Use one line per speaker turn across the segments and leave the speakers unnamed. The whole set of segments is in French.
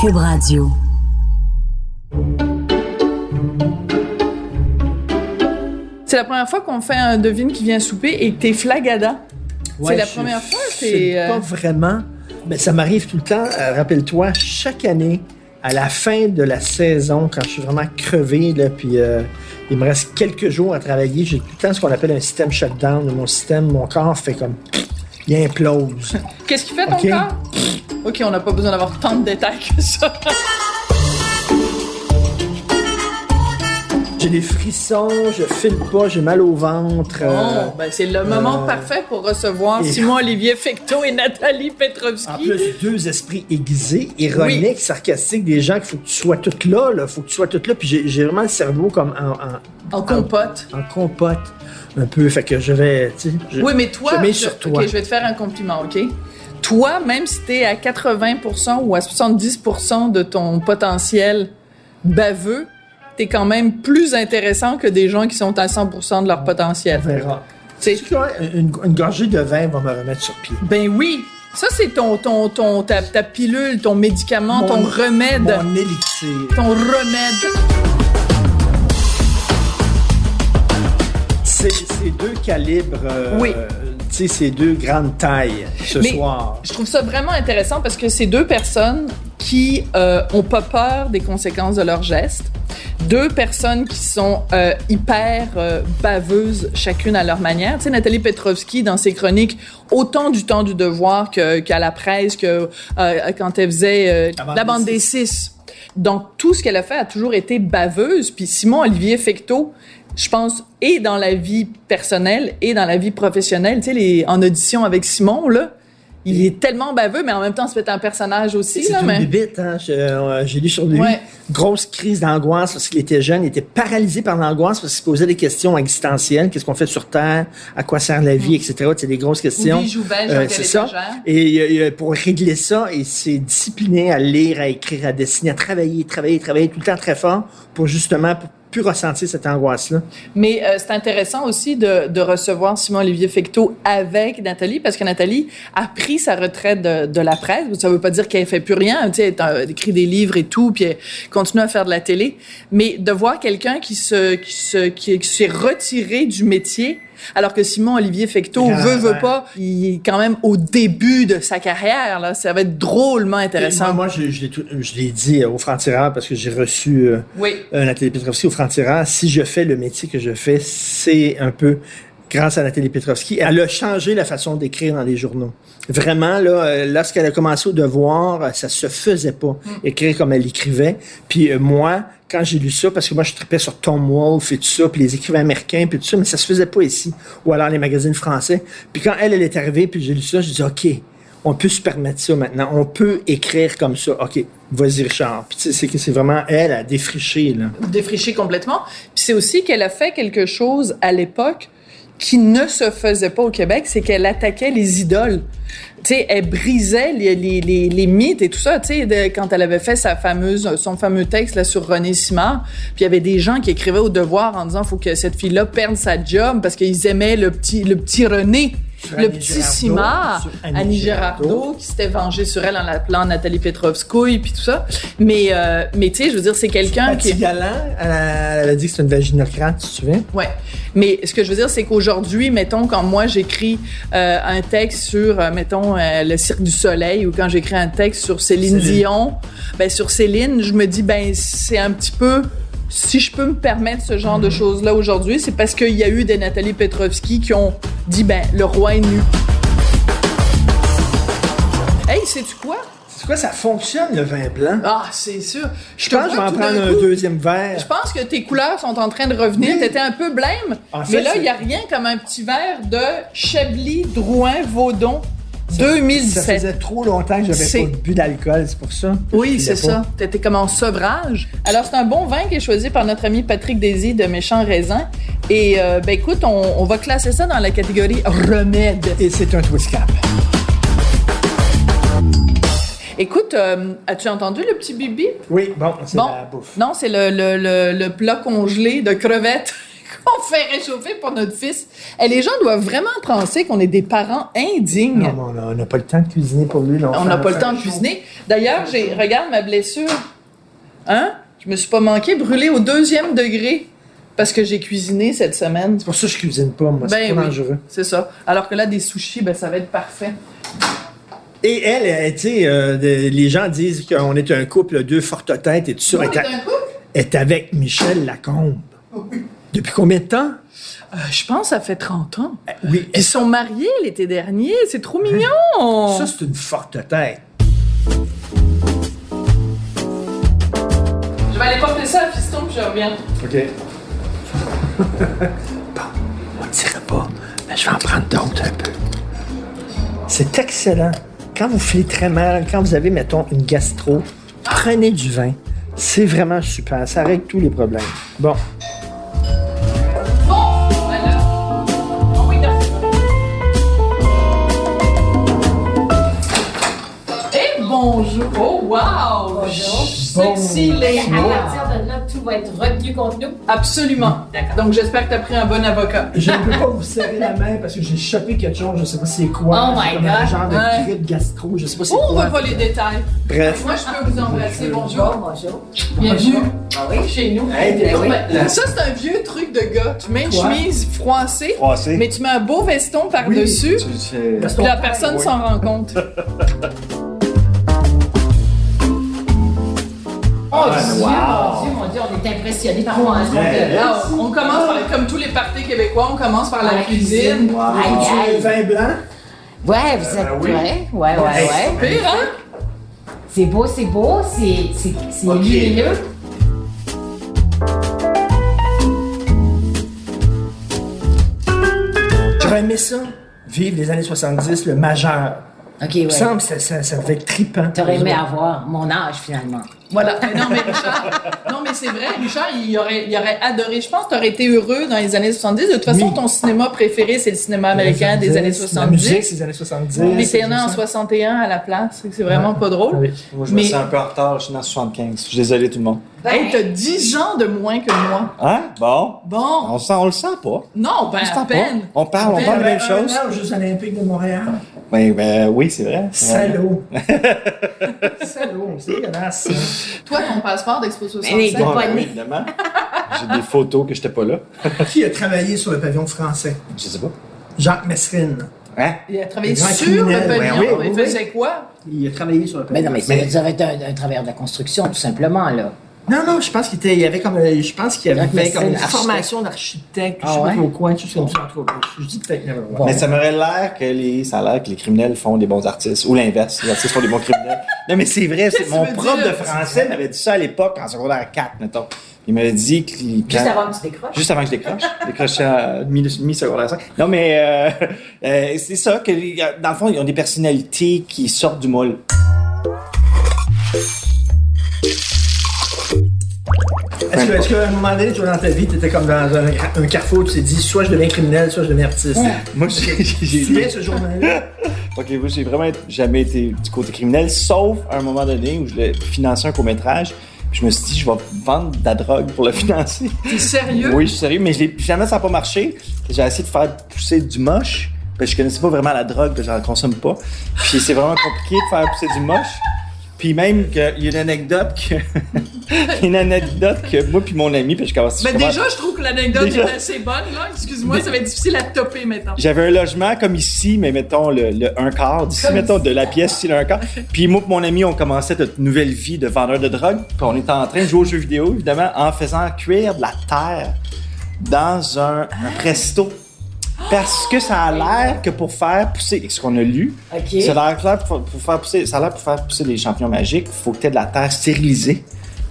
Cube Radio.
C'est la première fois qu'on fait un devine qui vient souper et que t'es flagada.
Ouais,
c'est la
je-
première fois,
C'est
c'est. euh,
pas vraiment. Mais ça m'arrive tout le temps. Euh, Rappelle-toi, chaque année, à la fin de la saison, quand je suis vraiment crevé, là, puis euh, il me reste quelques jours à travailler, j'ai tout le temps ce qu'on appelle un système shutdown. Mon système, mon corps fait comme. Il implose.
Qu'est-ce qui fait ton
Ok.
corps? Ok, on n'a pas besoin d'avoir tant de détails que ça.
Euh, j'ai des frissons, je file pas, j'ai mal au ventre. euh,
Bon, ben, c'est le moment parfait pour recevoir
et-
Simon Olivier Fecteau et Nathalie
En
Petrovski.
plus, deux esprits aiguisés, ironiques, sarcastiques, des gens qu'il faut que tu sois tout là, là, faut que tu sois tout là. Puis j'ai j'ai vraiment le cerveau comme en- en,
En compote.
en compote un peu. Fait que je vais, tu sais, je-
Oui, mais toi,
je mets
je-
sur
ok,
toi.
je vais te faire un compliment, OK? Toi, même si t'es à 80% ou à 70% de ton potentiel baveux, t'es quand même plus intéressant que des gens qui sont à 100% de leur potentiel.
On verra.
T'sais,
Tu vois, une, une gorgée de vin va me remettre sur pied.
ben oui, ça c'est ton, ton, ton, ta, ta pilule, ton médicament,
Mon-
ton remède,
Mon élixir.
ton remède.
C'est c'est deux calibres, euh,
Oui.
tu sais, c'est deux grandes tailles ce
Mais-
soir.
Je trouve ça vraiment intéressant parce que c'est deux personnes qui euh, ont pas peur des conséquences de leurs gestes, deux personnes qui sont euh, hyper euh, baveuses chacune à leur manière. Tu sais, Nathalie Petrovski dans ses chroniques autant du temps du devoir que qu'à la presse que euh, quand elle faisait euh,
La bande
la bande
des
des six. Donc tout ce qu'elle a fait a toujours été baveuse. Puis Simon Olivier Fecteau, je pense, et dans la vie personnelle et dans la vie professionnelle, tu sais, les, en audition avec Simon là. Il est tellement baveux, mais en même temps, c'est un personnage aussi.
C'est
Là,
une
mais...
bibite, hein. Je- euh, J'ai lu sur lui.
Ouais.
Grosse crise d'angoisse parce qu'il était jeune. Il était paralysé par l'angoisse parce qu'il se posait des questions existentielles. Qu'est-ce qu'on fait sur Terre? À quoi sert la
Mm.
vie? Etc. C'est des grosses questions.
Oublie, Jouvet, Jean-Pierre
Euh, c'est ça.
Létagère.
Et il a- il a- pour régler ça, il s'est discipliné à lire, à écrire, à dessiner, à travailler, travailler, travailler tout le temps très fort pour justement pour plus ressentir cette angoisse-là.
Mais euh, c'est intéressant aussi de, de recevoir Simon-Olivier Fecteau avec Nathalie, parce que Nathalie a pris sa retraite de, de la presse. Ça veut pas dire qu'elle fait plus rien. Tu sais, elle a écrit des livres et tout, puis elle continue à faire de la télé. Mais de voir quelqu'un qui se qui se qui, qui s'est retiré du métier, alors que Simon-Olivier Fecteau
Ah,
veut, veut
ouais.
pas, il est quand même au début de sa carrière. Là. Ça va être drôlement
Et
intéressant.
Moi, moi, je, je l'ai tout- je l'ai dit euh, au franc-tireur parce que j'ai reçu euh,
Oui.
euh, Nathalie Petrovski au franc-tireur. Si je fais le métier que je fais, c'est un peu grâce à Nathalie Petrovski. Elle a changé la façon d'écrire dans les journaux. Vraiment, là, euh, lorsqu'elle a commencé au devoir, euh, ça se faisait pas écrire comme elle écrivait. Puis euh, moi, quand j'ai lu ça, parce que moi, je tripais sur Tom Wolfe et tout ça, puis les écrivains américains, puis tout ça, mais ça se faisait pas ici. Ou alors les magazines français. Puis quand elle, elle est arrivée, puis j'ai lu ça, je dis OK, on peut se permettre ça maintenant. On peut écrire comme ça. OK, vas-y, Richard. Puis tu sais, c'est c'est vraiment elle à défricher, là.
défricher complètement. Puis c'est aussi qu'elle a fait quelque chose à l'époque qui ne se faisait pas au Québec, c'est qu'elle attaquait les idoles. Tu sais, elle brisait les, les, les, les mythes et tout ça. Tu sais, de- quand elle avait fait sa fameuse, son fameux texte là sur René Simard, puis il y avait des gens qui écrivaient au devoir en disant faut que cette fille-là perde sa job parce qu'ils aimaient le petit, le petit René,
Sur
le
Annie
petit
Girardot,
Simard,
sur Annie
Annie
Girardot.
Girardot, qui s'était vengée sur elle en l'appelant Nathalie Petrovskoy puis tout ça. Mais euh, mais tu sais, je veux dire, c'est quelqu'un qui
Patty Galland, elle, a- elle a dit que c'est une vaginocrate, tu te souviens?
Ouais. Mais ce que je veux dire, c'est qu'aujourd'hui, mettons, quand moi j'écris euh, un texte sur, euh, mettons, euh, le Cirque du Soleil ou quand j'écris un texte sur Céline,
Céline.
Dion, ben sur Céline, je me dis, ben c'est un petit peu. Si je peux me permettre ce genre
Mhm.
de choses-là aujourd'hui, c'est parce qu'il y a eu des Nathalie Petrovski qui ont dit, ben le roi est nu. Hey, sais-tu quoi?
C'est quoi, ça fonctionne, le vin blanc?
Ah, c'est sûr.
je
te
pense que je vais
vois
en
tout
prendre
d'un
un
coup.
deuxième verre.
Je pense que tes couleurs sont en train de revenir.
Oui.
T'étais un peu blême.
En
mais
fait,
là,
c'est-
il n'y a rien comme un petit verre de Chablis, Drouin, Vaudon,
Ça
2017.
faisait trop longtemps que
C'est-
j'avais pas bu d'alcool, c'est pour ça.
Oui,
Je
c'est
filais pas.
ça. T'étais comme en sevrage. Alors, c'est un bon vin qui est choisi par notre ami Patrick Désy de Méchant Raisin. Et, euh, ben, écoute, on, on va classer ça dans la catégorie remède.
Et c'est un twist cap.
Écoute, euh, as-tu entendu le petit bibi?
Oui, bon, c'est la bouffe.
non, c'est le, le, le, le plat congelé de crevettes qu'on fait réchauffer pour notre fils. Et les gens doivent vraiment penser qu'on est des parents indignes.
Non, mais on a- on n'a pas le temps de cuisiner pour lui. là,
On
fait-
n'a pas
fait
le temps
un
de
show.
cuisiner. D'ailleurs, j'ai regarde ma blessure. Hein? Je me suis pas manqué, brûlée au deuxième degré parce que j'ai cuisiné cette semaine.
C'est pour ça que je cuisine pas, moi. c'est
Ben
trop
oui,
dangereux.
c'est ça. Alors que là, des sushis, ben ça va être parfait.
Et elle, elle, tu sais, euh, de- les gens disent qu'on est un couple, deux fortes têtes et tout ça.
On
Elle
est
est,
un couple?
est avec Michel Lacombe. Depuis combien de temps?
Euh, je pense que ça fait 30 ans.
Oui.
Ils sont mariés l'été dernier, c'est trop mignon!
Ça, c'est une forte tête.
je vais aller porter ça à Fiston puis je reviens.
OK. bon, on ne dira pas, mais je vais en prendre d'autres un peu. C'est excellent. Quand vous filez très mal, quand vous avez, mettons, une gastro, prenez du vin. C'est vraiment super. Ça règle tous les problèmes. Bon.
Bon! voilà. Oh oui, non. Et bonjour! Oh wow! Sexy lady.
À partir de là, tout va être retenu contre nous.
Absolument. Donc j'espère que tu as pris un bon avocat.
Je ne peux pas vous serrer la main parce que j'ai chopé quelque chose, je ne sais pas c'est quoi.
Oh my
C'est comme un
God.
genre
Ouais.
de grippe gastro, je sais pas c'est
Oh, on
quoi.
voit pas les détails.
Bref.
Moi, je peux vous embrasser. Oh, Bonjour.
bonjour.
Bienvenue chez nous.
Hey, ben oui.
Ben, Ça, c'est un vieux truc de gars. Tu mets une
Quoi?
chemise froissée,
Froissée.
mais tu mets un beau veston par-dessus,
Tu sais,
Parce
puis la
qu'on-
personne s'en rend compte.
Oh, Dieu, mon Dieu, mon Dieu, on est impressionnés par mon Ben ensemble de
Ah, on commence par, comme tous les parties québécois, on commence par Ah, la cuisine.
Tu veux
Aïe,
le
aïe.
vin blanc?
Ouais, vous êtes.
oui.
Ouais, ouais, ouais, ouais.
Pire, hein?
C'est beau, c'est beau, c'est c'est- c'est
Ok.
lumineux.
J'aurais aimé ça, vivre les années 70, le majeur.
Ok,
Il me
ouais.
semble que ça, ça, ça devait être trippant.
T'aurais aimé avoir mon âge finalement.
Voilà. Mais Non, mais Richard, non, mais c'est vrai, Richard, il aurait, il aurait adoré. Je pense que tu aurais été heureux dans les années 70. De toute façon,
Oui.
ton cinéma préféré, c'est le cinéma américain des années
La
70.
musique, c'est des années 70.
Puis t'es né en 61 à la place. C'est vraiment pas drôle.
Oui.
moi, je me
Mais-
sens un peu en retard, je suis dans 75. Je suis désolé, tout le monde.
Hey, t'as 10 ans de moins que moi.
Hein? Bon.
Bon.
On, sent, on le sent pas.
Non, ben,
On
à
sent pas.
peine.
On parle, on parle la même chose.
aux Jeux Olympiques de Montréal.
Ben, ben oui, c'est vrai. Ouais.
Salaud. Salaud, c'est dégueulasse. ça.
Toi, ton passeport d'Expo
Mais les
67.
gars-
Bon,
Pas
ben,
né.
évidemment. J'ai des photos que j'étais pas là.
Qui a travaillé sur le pavillon français?
Je sais pas.
Jacques Messrine.
Hein?
Il a travaillé
Les grands
sur le
criminels.
pavillon.
Ouais, oui,
Il
oui,
faisait quoi?
Il a travaillé sur le
Mais
pavillon
non, mais ça veut dire être un, un travailleur de la construction, tout simplement, là.
Non, non, je pense qu'il était- il y avait comme, euh, je pense qu'il y
Jacques
avait
Messrine,
comme une
architecte.
formation d'architecte, je
Ah
sais pas
ouais?
trop quoi, tout ce qu'on s'en trouve. Je dis peut-être never mind.
Bon.
Mais ça m'aurait l'air que les, ça a l'air que les criminels font des bons artistes ou l'inverse, les artistes font des bons criminels. Non, mais c'est vrai,
Qu'est-ce
c'est
que
mon
tu veux
prof
dire?
de français m'avait dit ça à l'époque en secondaire 4, mettons. Il m'avait dit que
Juste avant que tu décroches.
Hein? Juste avant que je décroche, décrochais à mi- mi-secondaire 5. Non, mais euh, euh, c'est ça, que les- dans le fond, ils ont des personnalités qui sortent du moule.
Est-ce que- est-ce qu'à un moment donné, toi, dans ta vie, tu étais comme dans un, car- un carrefour, tu t'es dit, soit je deviens criminel, soit je deviens artiste.
Moi, j'ai-
Tu
j'ai
viens ce jour-là?
Ok, moi, j'ai vraiment jamais été du côté criminel, sauf à un moment donné où je voulais financer un court-métrage. Puis Je me suis dit, je vais vendre de la drogue pour le financer.
T'es sérieux?
Oui, je suis sérieux, mais je l'ai- jamais ça n'a pas marché. J'ai essayé de faire pousser du moche, parce que je connaissais pas vraiment la drogue, parce que j'en consomme pas. Puis c'est vraiment compliqué de faire pousser du moche. Puis même qu'il y a une anecdote que une anecdote que moi puis mon ami, puis je commence. je
Ben
commence-
déjà, je trouve que l'anecdote est
Déjà.
assez bonne, là. Excuse-moi, ça va être difficile à topper maintenant.
J'avais un logement comme ici, mais mettons le, le un quart d'ici,
Comme
mettons de la pièce ici, le un quart. Puis moi et mon ami, on commençait notre nouvelle vie de vendeur de drogue. Puis on était en train de jouer aux jeux vidéo, évidemment, en faisant cuire de la terre dans un, un presto. Parce que ça a l'air que pour faire pousser, ce qu'on a lu,
OK.
ça a l'air clair pour, pour faire pousser, ça a l'air pour faire pousser les champignons magiques, il faut que tu aies de la terre stérilisée.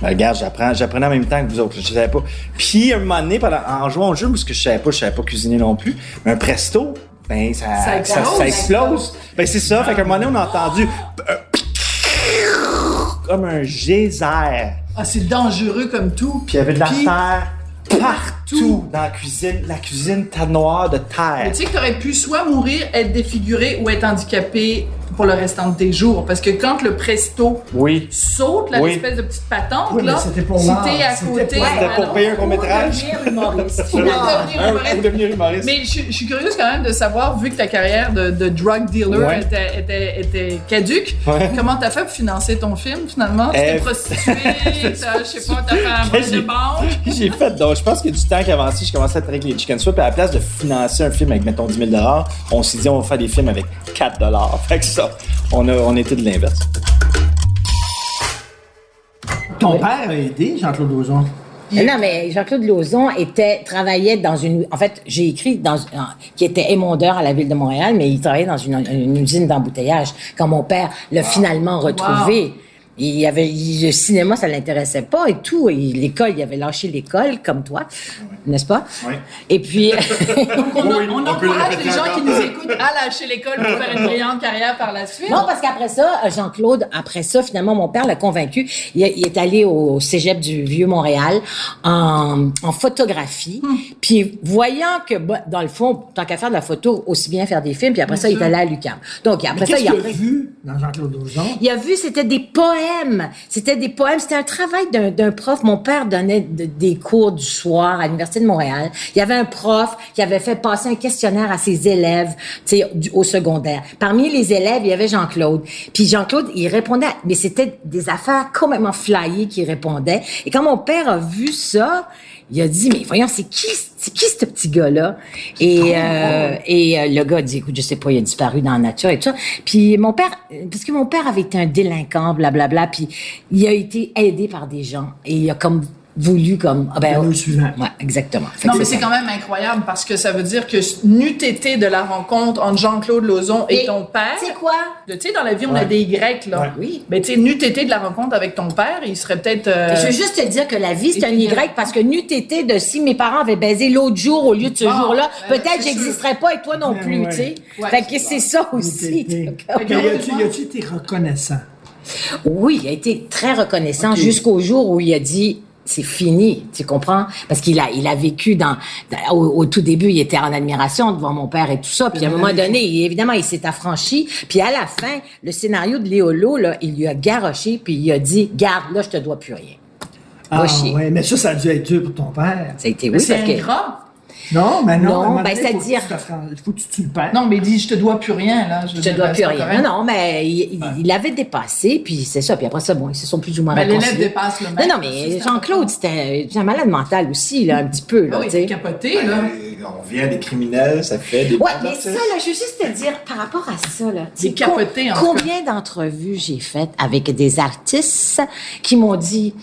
Ben, regarde, j'apprends, j'apprenais en même temps que vous autres, je savais pas. Puis, un moment donné, pendant, en jouant au jeu, parce que je savais pas, je savais pas cuisiner non plus, mais un presto, ben ça, ça
Ça
explose.
explose.
ça explose. Ben c'est ça, fait qu'à un moment donné, on a entendu euh, comme un geyser.
Ah, c'est dangereux comme tout.
Puis il y avait de la
Puis-
terre partout dans la cuisine. La cuisine était noire de terre.
Mais Tu sais que t'aurais pu soit mourir, être défiguré ou être handicapé pour le restant de tes jours. Parce que quand le presto
Oui.
saute, là,
Oui.
l'espèce de petite patente,
Oui, mais
là,
c'était pour
si
l'art,
t'es à
c'était
côté...
pour-
C'était pour
alors-
payer un court-métrage.
Devenir humoriste.
Ou devenir
Un,
humoriste.
pour devenir humoriste.
Mais je, je suis curieuse quand même de savoir, vu que ta carrière de, de drug dealer
Ouais.
était, était, était caduque,
Ouais.
comment t'as fait pour financer ton film finalement? Tu
Euh,
t'es prostituée, t'as- je sais pas, t'as fait un vol euh, de banque?
J'ai fait, donc, je pense que du temps qui avançait, je commençais à travailler avec les chicken soup. Puis à la place de financer un film avec, mettons, 10 000 on s'est dit, on va faire des films avec 4 Fait que ça, on, a, on était de l'inverse.
Ton père a aidé Jean-Claude Ozon.
Non, mais Jean-Claude Lauzon était, travaillait dans une. En fait, j'ai écrit dans, en- qui était émondeur à la ville de Montréal, mais il travaillait dans une, une usine d'embouteillage. Quand mon père l'a finalement retrouvé, il y avait il- le cinéma, ça l'intéressait pas et tout. Et l'école, il avait lâché l'école comme toi, n'est-ce pas
Ouais.
Et puis.
On,
Oui,
on
on peut le
encourage
répéter
les gens
encore.
qui nous écoutent à lâcher l'école pour faire une brillante carrière par la suite.
Non, parce qu'après ça, euh, Jean-Claude, après ça, finalement, mon père l'a convaincu. Il, est- il est allé au cégep du Vieux-Montréal en, en photographie. Puis, voyant que, bah, dans le fond, tant qu'à faire de la photo, aussi bien faire des films. Puis après ça, il est allé à l'UQAM. Donc, après ça,
Qu'est-ce
il
qu'il
a...
a vu dans Jean-Claude Ozon?
Il a vu, c'était des poèmes. C'était des poèmes. C'était un travail d'un- d'un prof. Mon père donnait de- des cours du soir à l'Université de Montréal. Il y avait un prof qui avait fait passer un questionnaire à ses élèves, tu sais, du- au secondaire. Parmi les élèves, il y avait Jean-Claude. Puis Jean-Claude, il répondait, à- mais c'était des affaires complètement flyées qu'il répondait. Et quand mon père a vu ça, il a dit, mais voyons, c'est qui, c'est qui ce petit gars-là?
Oh.
Et, euh, et euh, le gars dit, écoute, je sais pas, il a disparu dans la nature et tout ça. Puis mon père, euh, parce que mon père avait été un délinquant, blablabla, puis il a été aidé par des gens. Et il a comme voulu, comme... Ah ben,
Nous le suivant.
ouais, exactement. Fait
Non,
que
mais
c'est
c'est
ça.
quand même incroyable parce que ça veut dire que n'eût été de la rencontre entre Jean-Claude Lauzon et,
Et
ton père.
Tu sais quoi?
Tu sais, dans la vie, on a des Y, là.
Ouais.
Oui.
Mais tu sais, n'eût été de la rencontre avec ton père, il serait peut-être. euh,
Je veux juste te dire que la vie, c'est
Et
un
puis,
Y, parce que n'eût été de si mes parents avaient baisé l'autre jour au lieu de ce
Bon,
jour-là,
ben,
peut-être
c'est
j'existerais pas et toi non
Ben
plus,
ouais.
tu sais.
Ouais,
fait que c'est ça aussi.
Mais y a-tu y a-tu été reconnaissant?
Oui, il a été très reconnaissant jusqu'au jour où il a dit c'est fini, tu comprends Parce qu'il a il a vécu dans, dans- au, au tout début, il était en admiration devant mon père et tout ça, puis à un moment donné, il- évidemment, il s'est affranchi, puis à la fin, le scénario de Léolo là, il lui a garoché puis il a dit garde, là, je te dois plus rien. Va chier.
Ah, ouais, mais ça, ça a dû être dur pour ton père.
Ça a été
Mais
oui
c'est
parce que
ingrat.
Non, mais non.
Non,
à un moment
ben,
donné, faut que
c'est-à-dire-
tu t'affran- Faut que tu tues le père.
Non, mais dis, je te dois plus rien, là. Je veux
je
dire,
te
ben,
dois
c'est
plus
pas correct.
rien. Non, non, mais il, il- il avait dépassé, puis c'est ça. Puis après ça, bon, ils se sont plus ou moins
Ben, l'élève
réconciliés.
dépasse le
Non,
maître.
non, mais Jean-Claude, c'était un malade mental aussi, là, un petit peu,
Ah
là,
oui,
tu
t'es
sais.
capoté, là.
On vient des criminels, ça fait des.
Ouais, mais ça, là, je veux juste te dire, par rapport à ça, là, tu sais,
C'est capoté, en
combien d'entrevues j'ai faites avec des artistes qui m'ont dit,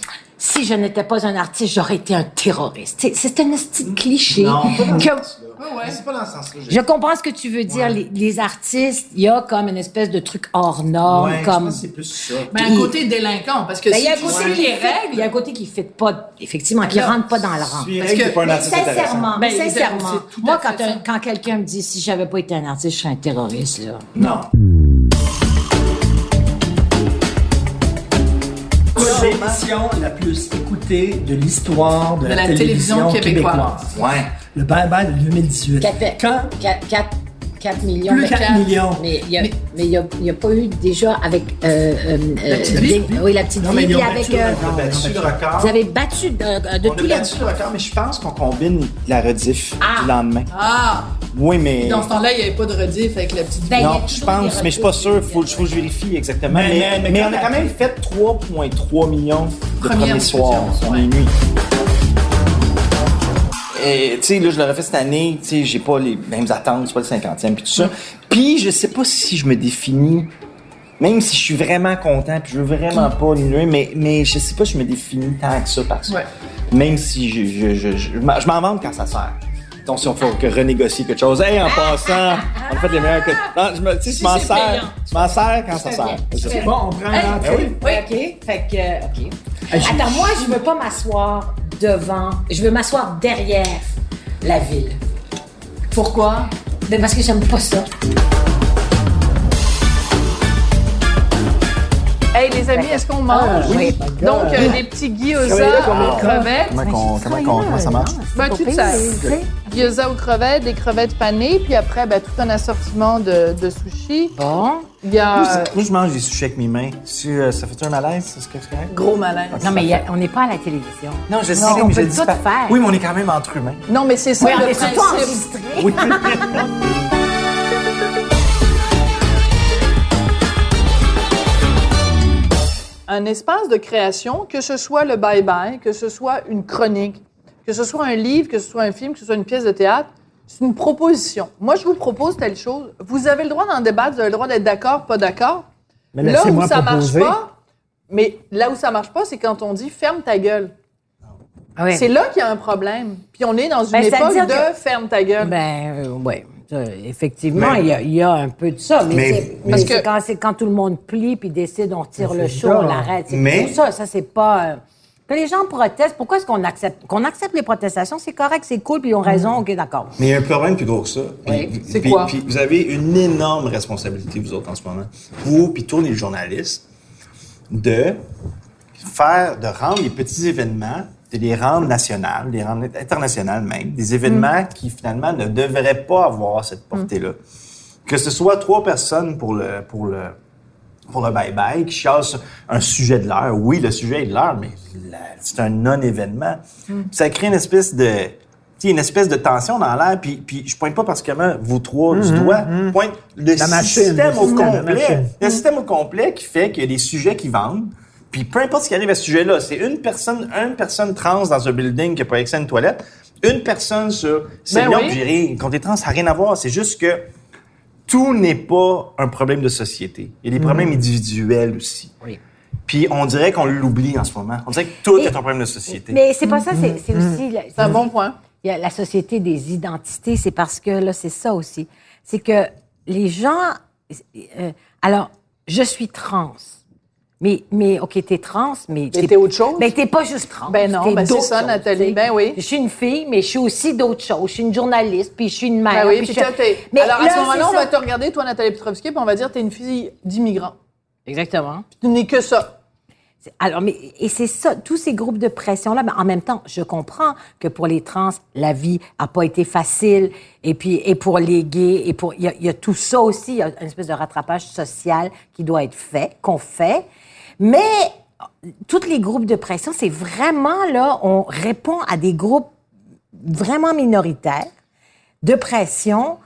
si je n'étais pas un artiste, j'aurais été un terroriste. Tu sais, C'est un petit cliché. que-
Mais c'est pas dans ce sens-là.
je comprends ce que tu veux dire. Les, les artistes, il y a comme une espèce de truc hors norme,
Ouais, je
comme...
pense que c'est plus ça.
Mais Ben, un côté délinquant, parce que
Ben,
si
il y a un
tu
côté
suis
qui
les
fit- Il y a
règles,
un côté qui ne fait pas, effectivement, qui ne
Alors,
rentre pas dans le rang.
Tu es
Parce que-
t'es pas un
Mais
artiste intéressant.
sincèrement,
Ben,
sincèrement,
c'est tout à
moi,
fait
quand,
ça.
un- quand quelqu'un me dit si j'avais pas été un artiste, je serais un terroriste, là.
Non.
C'est l'émission la plus écoutée de l'histoire de,
de la télévision québécoise.
Ouais.
Le bye-bye de 2018. Quand
4, millions.
plus
de-
4 millions.
Mais il n'y a,
Mais-
mais il y a- il y a pas eu déjà avec. euh, euh, euh,
petite vie?
Bing- Oui, la petite
Non,
vie.
mais ils
Puis
ont
avec.
battu le
euh,
record.
On a battu le record.
vous avez battu de, de
On
tous
a
les.
battu le record, mais je pense qu'on combine la rediff du lendemain.
Ah!
Oui, mais.
Dans ce temps-là, il n'y avait pas de rediff avec la petite.
Ben, il y a
Non,
toujours
je
des
pense, mais je suis pas
retours.
sûr. Faut, faut que je vérifie exactement.
Mais-
Mais,
mais- mais
mais
quand
on a
même.
quand même fait 3,3 millions de
Première
premiers soirs,
diffusion,
premières nuits. Et tu sais, là, je l'aurais fait cette année. Tu sais, j'ai pas les mêmes attentes. C'est pas le 50e, puis tout ça. Puis, je sais pas si je me définis. Même si je suis vraiment content, puis je veux vraiment pas nuer, mais, mais je sais pas, je me définis tant que ça par ça.
Ouais.
Même si je, je, je, je, je m'en- je m'en vante quand ça sert. Donc, si on faut que renégocier quelque chose, hey, en passant, on a fait les meilleurs que. Non, je me, tu sais, je m'en
c'est payant.
sers. Je m'en sers quand ça sert. C'est ça.
Bon, on prend l'entrée.
oui.
Oui, OK. Fait que, euh, OK. Attends, moi, je veux pas m'asseoir devant. Je veux m'asseoir derrière la ville.
Pourquoi?
Mais parce que j'aime pas ça.
Hey, les amis, est-ce qu'on mange?
oui. Ah,
Donc, euh, des petits gyoza aux crevettes.
Comment, qu'on- comment, qu'on- comment ça marche?
Ben, tout ça. Gyoza aux crevettes, des crevettes panées, puis après, ben, tout un assortiment de, de sushis.
Bon.
Il y a. euh,
Moi, je mange des sushis avec mes mains. Si, euh, ça fait-tu un malaise? C'est ce que c'est correct?
Gros malaise.
Non, mais il y a- on n'est pas à la télévision.
Non, je sais,
on
mais je
peut
le dis
tout
pas.
faire.
Oui, mais on est quand même entre humains.
Non, mais c'est ça
Oui, on
le
est surtout
principe.
enregistré.
Oui.
un espace de création, que ce soit le bye-bye, que ce soit une chronique, que ce soit un livre, que ce soit un film, que ce soit une pièce de théâtre, c'est une proposition. Moi, je vous propose telle chose. Vous avez le droit d'en débattre, vous avez le droit d'être d'accord, pas d'accord.
Mais
Là où
laissez-moi
ça
proposer.
marche pas, mais là où ça marche pas, c'est quand on dit ferme ta gueule.
Ah ouais.
C'est là qu'il y a un problème. Puis on est dans une
Ben,
époque
c'est-à-dire
de
que-
ferme ta gueule.
Ben, euh, ouais. Ça, Effectivement,
Mais-
il y, a- il y a un peu de ça, mais,
Mais-
c'est-
mais-
parce
que-
que quand, c'est quand tout le monde plie puis décide, on tire
Mais
le
c'est
show,
ça.
on l'arrête. C'est
Mais-
pour ça, ça c'est pas. euh, Que les gens protestent. Pourquoi est-ce qu'on accepte qu'on accepte les protestations C'est correct, c'est cool, puis ils ont raison. Ok, d'accord.
Mais il y a un problème plus gros que ça. Puis-
Oui. C'est
puis-
quoi?
Puis vous avez une énorme responsabilité, vous autres, en ce moment. Vous, puis tous les journalistes, de faire, de rendre les petits événements, de les rendre nationaux, de les rendre internationaux même, des
Mm.
événements qui, finalement, ne devraient pas avoir cette portée-là. Que ce soit trois personnes pour le... Pour le pour le bye-bye, qui chasse un sujet de l'heure. Oui, le sujet est de l'heure, mais la- c'est un non-événement.
Mm.
Ça crée une espèce de tu sais, une espèce de tension dans l'air, puis, puis je pointe pas particulièrement vous trois du doigt, pointe le
Mm-hmm, La machine,
système
le
au
système, la
complet.
machine. Mm.
Le système au complet qui fait qu'il y a des sujets qui vendent, puis peu importe ce qui arrive à ce sujet-là, c'est une personne, une personne trans dans un building qui a pas accès à une toilette, une personne sur... C'est
Ben
bien,
oui.
puis rien, contre les trans, ça n'a rien à voir, c'est juste que tout n'est pas un problème de société. Il y a des
Mm.
problèmes individuels aussi.
Oui.
Puis on dirait qu'on l'oublie en ce moment. On dirait que tout
Et-
est un problème de société.
Mais c'est pas ça. C'est c'est aussi. la-
C'est un bon point.
Il y a la société des identités, c'est parce que là, c'est ça aussi. C'est que les gens. euh, alors, je suis trans. Mais, mais OK, t'es trans, mais.
Mais t'es autre chose.
Mais t'es pas juste trans.
Ben non,
t'es
ben c'est
d'autres
ça,
choses,
Nathalie.
tu sais.
Ben oui.
Je suis une fille, mais je suis aussi d'autres choses. Je suis une journaliste, puis je suis une mère.
Ben oui,
Ah, puis
puis
je suis-
toi, t'es-
Mais
Alors, à
là,
ce moment-là,
c'est
on va
ça.
te regarder, toi, Nathalie Petrovski, puis on va dire, t'es une fille d'immigrants.
Exactement.
Tu n'es que ça.
C'est- Alors, mais, et c'est ça, tous ces groupes de pression-là, mais en même temps, je comprends que pour les trans, la vie a pas été facile, et puis, et pour les gays, et pour, il y, a- il y a tout ça aussi, il y a une espèce de rattrapage social qui doit être fait, qu'on fait, mais tous les groupes de pression, c'est vraiment, là, on répond à des groupes vraiment minoritaires, de pression,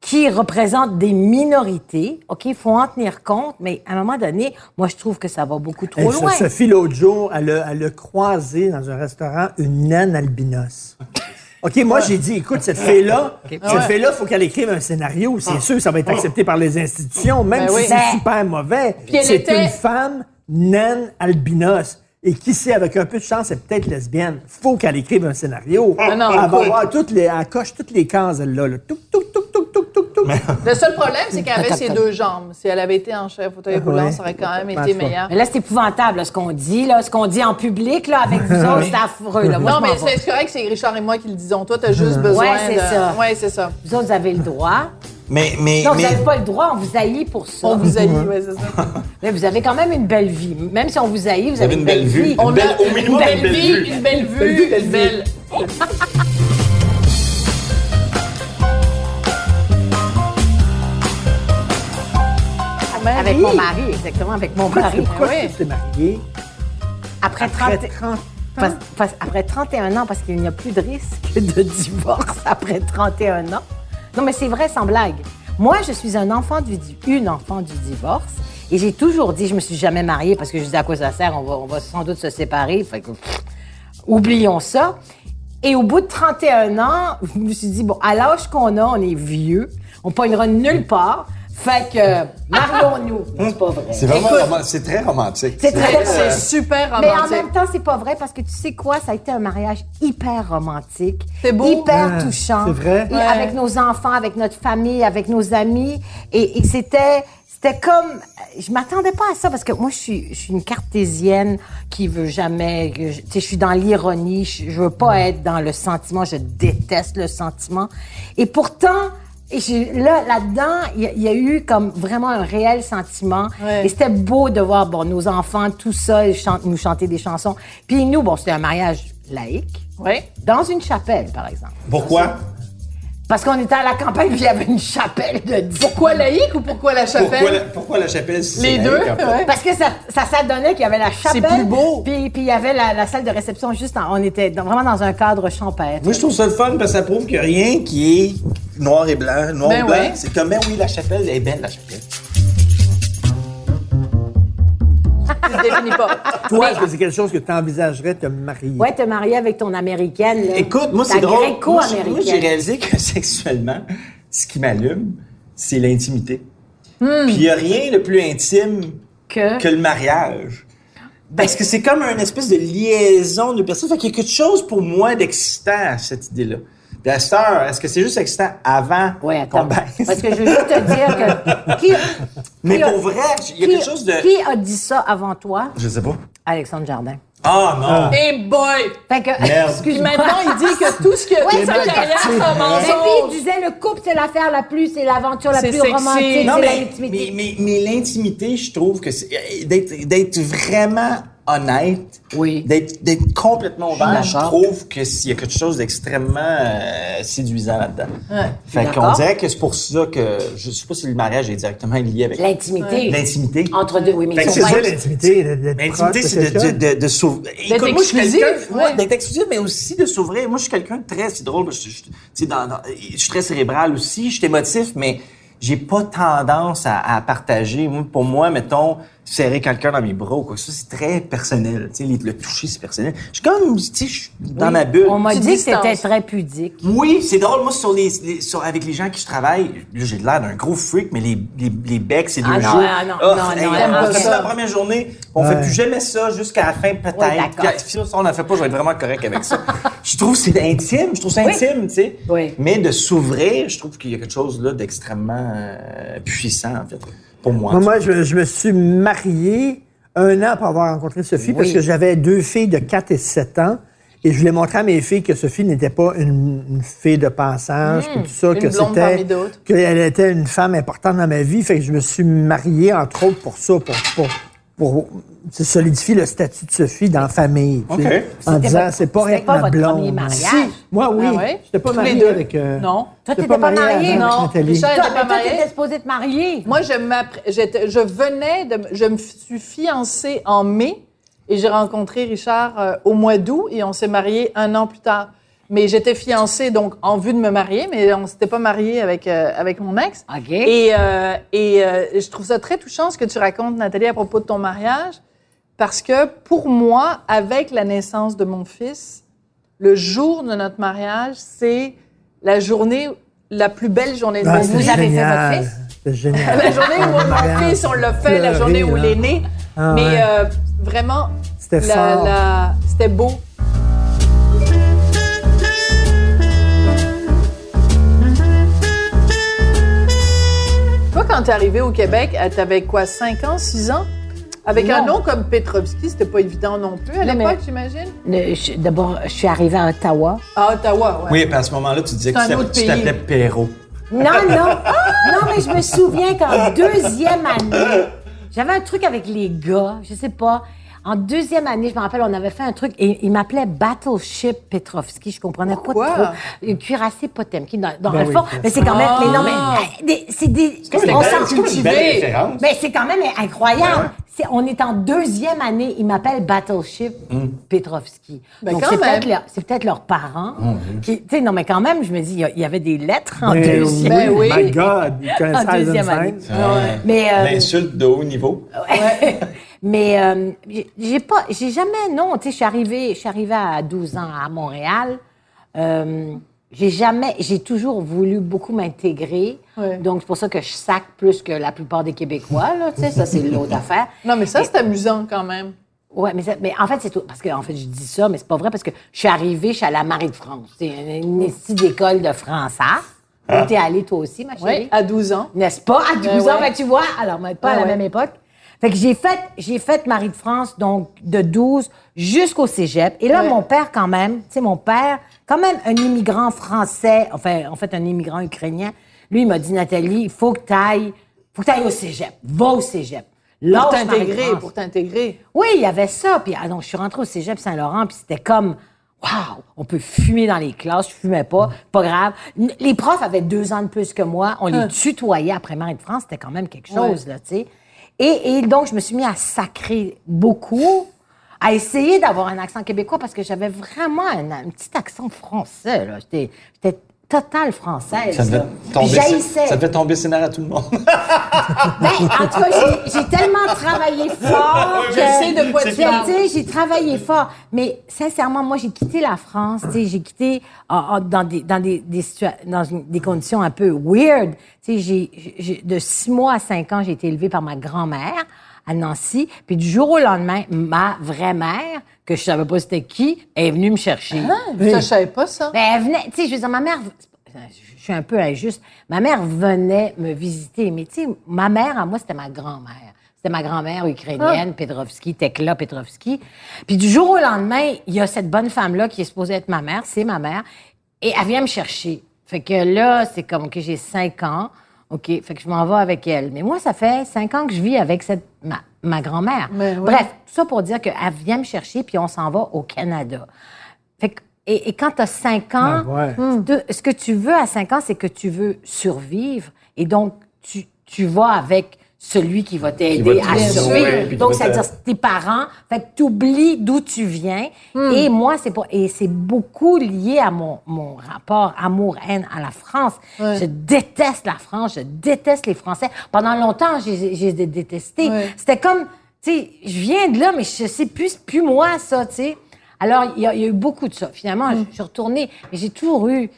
qui représentent des minorités, OK, il faut en tenir compte, mais à un moment donné, moi, je trouve que ça va beaucoup trop
Hey,
loin.
Ce- Sophie, l'autre jour, elle a, elle a croisé dans un restaurant une naine albinos. OK, moi, j'ai dit, écoute, cette fille-là, cette fille-là, faut qu'elle écrive un scénario. C'est sûr, ça va être accepté par les institutions, même
Ah. Ben oui.
si c'est
Ben.
super mauvais.
elle
C'est
était-
une femme naine albinos. Et qui sait, avec un peu de chance, c'est peut-être lesbienne. Faut qu'elle écrive un scénario.
Ah non,
elle va
écoute.
avoir toutes les, elle coche toutes les cases, elle-là. là. Touc, touc, touc, touc, touc, touc, touc.
Le seul problème, c'est qu'elle avait
Attends,
ses
attends.
deux jambes. Si elle avait été en chef fauteuil roulant,
Ouais.
ça aurait quand même
Pas
été
de choix.
meilleur.
Mais là, c'est épouvantable, là, ce qu'on dit, là, ce qu'on dit en public, là, avec vous autres, c'est affreux, là. Moi,
Non,
je m'en
mais
vais.
c'est correct, c'est Richard et moi qui le disons. Toi, t'as juste besoin
Ouais, c'est
de...
ça.
Ouais, c'est ça.
Vous autres, vous avez le droit.
Mais, mais,
Non, vous
mais-
n'avez pas le droit, on vous haït pour ça.
On vous a dit, ouais, c'est ça.
Mais vous avez quand même une belle vie. Même si on vous haït, vous,
avez une belle vue.
On
Une belle- au minimum,
Une belle
belle
vie,
vue.
une belle vue, une belle...
a- avec mon mari, exactement, avec mon mari.
Pourquoi
Ah ouais.
tu t'es mariée
Après 30...
après 30
parce- parce- après 31 ans, parce qu'il n'y a plus de risque de divorce après 31 ans. Non, mais c'est vrai, sans blague. Moi, je suis un enfant du, di- une enfant du divorce. Et j'ai toujours dit, je me suis jamais mariée parce que je disais à quoi ça sert, on va, on va sans doute se séparer. Fait que, pff, oublions ça. Et au bout de 31 ans, je me suis dit, bon, à l'âge qu'on a, on est vieux, on pognera nulle part. Fait que, marions-nous. C'est pas vrai.
c'est vraiment roman- c'est très romantique.
C'est très-
C'est super
Mais en même
romantique.
temps, c'est pas vrai parce que tu sais quoi, ça a été un mariage hyper romantique,
C'est beau.
hyper
Ouais,
touchant.
Ah, c'est vrai.
Et
Ouais.
Avec nos enfants, avec notre famille, avec nos amis, et, et c'était c'était comme je m'attendais pas à ça parce que moi je suis je suis une cartésienne qui veut jamais que je- tu sais je suis dans l'ironie, je, je veux pas être dans le sentiment, je déteste le sentiment et pourtant
Et j'ai- là, là-dedans, il y, a- il y a eu comme vraiment un réel sentiment.
Ouais.
Et c'était beau de voir bon, nos enfants, tout ça, ils chantent- nous chanter des chansons. Puis nous, bon, c'était un mariage laïque,
Oui.
dans une chapelle, par exemple.
Pourquoi?
Parce qu'on était à la campagne, puis il y avait une chapelle de dix.
Pourquoi laïque ou pourquoi la chapelle?
Pourquoi la, pourquoi la chapelle? si
Les
c'est
deux,
laïque, en fait?
ouais.
Parce que ça, ça s'adonnait qu'il y avait la chapelle.
plus beau.
Puis, puis il y avait la, la salle de réception juste en- On était dans- vraiment dans un cadre champêtre.
Moi, je trouve ça le fun parce que ça prouve qu'il n'y a rien qui est noir et blanc. Noir
Ben
et blanc,
ouais.
c'est comme, ben oui, la chapelle, elle est belle, la chapelle.
Tu te définis pas.
Toi, est-ce que c'est quelque chose que tu envisagerais de te marier?
Ouais, te marier avec ton américaine. là.
Écoute, moi, c'est
Ta
drôle. Moi, j'ai- Moi, j'ai
gréco-américaine.
réalisé que sexuellement, ce qui m'allume, c'est l'intimité. Puis il n'y a rien de plus intime
Hmm. Que- Ben-
le mariage. Parce que c'est comme une espèce de liaison de personnes. Fait qu'il y a quelque chose pour moi d'excitant à cette idée-là. Puis à cette heure, est-ce que c'est juste excitant avant
Ouais,
qu'on
attends.
baise?
Parce que je veux juste te dire que. Qui,
Mais
qui a-
pour vrai, il y a
qui-
quelque chose de...
Qui a dit ça avant toi?
Je sais pas.
Alexandre Jardin.
Ah non!
Et boy!
Fait que.
Merde.
Puis
Excuse-moi.
maintenant, il dit que tout ce qu'il a
Ouais,
fait sa
c'est vrai.
carrière, c'est un
Mais puis, il
mensonge.
disait le couple, c'est l'affaire la plus, c'est l'aventure la
C'est
plus
sexy.
romantique,
Non,
mais,
c'est
mais,
l'intimité.
mais- mais l'intimité, je trouve que c'est. euh, d'être- D'être vraiment honnête,
Oui.
d'être d'être complètement ouvert, je
d'accord.
trouve qu'il y a quelque chose d'extrêmement euh, séduisant là-dedans.
je
Fait
suis
qu'on
d'accord.
dirait que c'est pour ça que. Je sais pas si le mariage est directement lié avec
L'intimité.
l'intimité.
Entre deux, oui, mais
Fait
ils
que
sont
c'est
pas-
ça,
l'intimité. d'être- d'être
L'intimité,
proche de
Ben, c'est de,
quelqu'un.
de, de, de s'ouvrir. Écoute, moi, je suis
exclusif,
quelqu'un-
ouais.
ouais, d'être exclusif, mais aussi de s'ouvrir. Moi, je suis quelqu'un de très, c'est drôle, parce que je, je- tu sais, dans- dans- je suis très cérébral aussi, je suis émotif, mais j'ai pas tendance à, à partager. Moi, pour moi, mettons, serrer quelqu'un dans mes bras ou quoi, que ce soit, c'est très personnel. Tu sais, les- le toucher, c'est personnel. Je suis comme, tu sais, je suis dans ma bulle.
On m'a
Tu
dit que
distances.
c'était très pudique.
Oui, c'est drôle. Moi, sur les, les- sur, avec les gens avec qui je travaille, là, j'ai l'air d'un gros freak, mais les, les, les becs, c'est deux
Ah non,
jours.
ah non,
Oh,
non,
hey,
non,
on
j'aime pas
fait ça
ça.
la première journée, on fait plus jamais ça jusqu'à la fin, peut-être.
Oui, d'accord.
Puis, si on en fait pas, je vais être vraiment correct avec ça. je trouve que c'est intime, je trouve ça intime, tu sais.
Oui.
Mais de s'ouvrir, je trouve qu'il y a quelque chose là d'extrêmement euh, puissant, en fait, pour moi.
Moi, moi, je, je me suis marié un an après avoir rencontré Sophie parce que j'avais deux filles de 4 et 7 ans. Et je voulais montrer à mes filles que Sophie n'était pas une, une fille de passage, puis tout ça,
Hmm, une
que
blonde parmi
c'était
d'autres.
qu'elle était une femme importante dans ma vie. Fait que je me suis marié entre autres pour ça, pour, pour, pour solidifier le statut de Sophie dans la famille. tu sais, en
C'était
disant
votre-
c'est pas
c'était
rien que
pas
ma
votre
blonde.
premier mariage?
Si. moi oui,
Ah ouais?
j'étais pas
Tous les
marié
deux?
avec. euh,
Non.
Toi,
j'étais
t'étais pas marié,
avec
non.
Nathalie.
Richard, Elle
Toi,
était pas
mais toi,
mariée?
t'étais supposée te marier.
Moi, je, m'appré- j'étais- je venais de. Je me suis fiancée en mai et j'ai rencontré Richard euh, au mois d'août et on s'est mariés un an plus tard. Mais j'étais fiancée, donc, en vue de me marier, mais on s'était pas mariés avec, euh, avec mon ex.
OK.
Et, euh, et euh, je trouve ça très touchant ce que tu racontes, Nathalie, à propos de ton mariage, parce que pour moi, avec la naissance de mon fils, le jour de notre mariage, c'est la journée, la plus belle journée de
Ah,
ma
c'était
vie.
vous avez fait
génial.
votre fils?
C'était génial.
La journée où
Ah,
on mon
Marianne,
fils, on l'a fait, la
pleurer,
journée où il
là.
est né.
Ah,
Mais
ouais.
euh, vraiment,
C'était
la-
fort.
la- c'était beau. Toi, quand t'es arrivé au Québec, euh, t'avais quoi, 5 ans, 6 ans? Avec un
Non.
nom comme Petrovski, c'était pas évident non plus à
Non,
l'époque,
mais-
j'imagine?
Le- je- D'abord, je suis arrivée à Ottawa.
À Ah, Ottawa, ouais.
Oui, puis à ce moment-là, tu disais
C'est un
que
autre
tu
pays.
t'appelais Perrault.
Non, non. Non, mais je me souviens qu'en deuxième année, j'avais un truc avec les gars, je sais pas. En deuxième année, je me rappelle, on avait fait un truc et il m'appelait Battleship Petrovski. Je comprenais
Pourquoi?
pas trop. Une cuirassée Potemkin dans, dans
Ben
le
oui,
fond.
c'est
mais c'est quand même.
ça.
Mais non, mais
Ah.
euh, des- c'est des.
une
on
belle-
s'en-
c'est comme une belle
cultivé.
référence.
Mais Ben, c'est quand même incroyable. C'est, on est en deuxième année. Ils m'appellent Battleship Petrovski.
Ben,
Donc,
quand
c'est
même.
peut-être, leur- c'est peut-être leurs parents. qui- tu sais, non, mais quand même, je me dis, il y a- il y, avait des lettres en
Ben
deuxième.
Ben oui.
My God, il connaissait
En deuxième
Eisenstein.
année.
Ouais.
Mais, euh,
L'insulte de haut niveau.
Mais euh, j'ai- j'ai pas, j'ai jamais, non, tu sais, je suis arrivée, je suis arrivée à 12 ans à Montréal. Euh, j'ai jamais, j'ai toujours voulu beaucoup m'intégrer.
Ouais.
Donc, c'est pour ça que je sac plus que la plupart des Québécois, là, tu sais, ça, c'est l'autre affaire.
Non, mais ça, c'est amusant quand même.
Ouais, mais, ça- mais en fait, c'est tout. Parce que, en fait, je dis ça, mais c'est pas vrai parce que je suis arrivée, je suis allée à Marie de France. C'est
Oh.
une, une petite école de français. Où t'es allée, toi aussi, ma chérie? Euh,
Oui, à 12 ans.
N'est-ce pas? À
Ah.
12
Ben ouais.
ans, ben tu vois. Alors, mais pas
Ben
à la
ouais.
même époque. Fait que j'ai fait, j'ai fait Marie de France, donc de 12 jusqu'au cégep. Et là,
Ouais.
mon père, quand même, tu sais, mon père, quand même un immigrant français, enfin, en fait, un immigrant ukrainien, Lui, il m'a dit, Nathalie, il faut que tu ailles, faut que t'ailles au cégep. Va au cégep. Lâche
Pour
Marie-France.
t'intégrer, pour t'intégrer.
Oui, il y avait ça. Puis ah, donc, je suis rentrée au cégep Saint-Laurent, puis c'était comme, waouh, on peut fumer dans les classes. Je fumais pas, pas grave. N- Les profs avaient deux ans de plus que moi. On les tutoyait après Marie de France. C'était quand même quelque chose, là, tu sais. Et, et donc, je me suis mis à sacrer beaucoup, à essayer d'avoir un accent québécois parce que j'avais vraiment un, un petit accent français, là. J'étais j'étais totale française.
Ça devait
là. Puis
tomber,
j'haïssais.
ça devait tomber scénar à tout le monde.
Ben, en tout cas, j'ai- j'ai tellement travaillé fort. que-
Je sais de quoi tu
Puis,
parles.
tu sais, j'ai travaillé fort. Mais sincèrement, moi, j'ai quitté la France. tu sais, J'ai quitté en- en- dans, des, dans, des, des situa- dans une- des conditions un peu weird. Tu sais, j'ai- j'ai- de six mois à cinq ans, j'ai été élevée par ma grand-mère à Nancy. Puis du jour au lendemain, ma vraie mère, que je savais pas c'était qui, est venue me chercher.
Ça, je savais pas ça.
Ben, elle venait, tu sais, je veux dire, ma mère, c'est pas- je suis un peu injuste, ma mère venait me visiter, mais tu sais, ma mère, à moi, c'était ma grand-mère. C'était ma grand-mère ukrainienne,
Ah.
Petrovski, Tekla Petrovski. Puis du jour au lendemain, il y a cette bonne femme-là qui est supposée être ma mère, c'est ma mère, et elle vient me chercher. Fait que là, c'est comme que j'ai cinq ans, OK, fait que je m'en vais avec elle. Mais moi, ça fait cinq ans que je vis avec cette, ma, ma grand-mère.
Mais ouais.
Bref, tout ça pour dire qu'elle vient me chercher, puis on s'en va au Canada. Fait que- et, et quand tu as 5 ans,
ouais.
Ben,
de- ce que tu veux à 5 ans, c'est que tu veux survivre. Et donc, tu, tu vas avec celui qui va t'aider
va te
à
bien
sûr,
ouais,
survivre.
puis
donc,
qui va te-
c'est-à-dire tes parents. Fait que tu oublies d'où tu viens.
Hmm.
Hmm.
Et moi, c'est pas, et c'est beaucoup lié à mon, mon rapport amour-haine à la France. Je déteste la France. Je déteste les Français. Pendant longtemps, j'ai, j'ai détesté.
Ouais.
C'était comme, tu sais, je viens de là, mais je sais plus, c'est plus moi, ça, tu sais. Alors, il y, a il y a eu beaucoup de ça. Finalement, je- je suis retournée, mais j'ai toujours eu.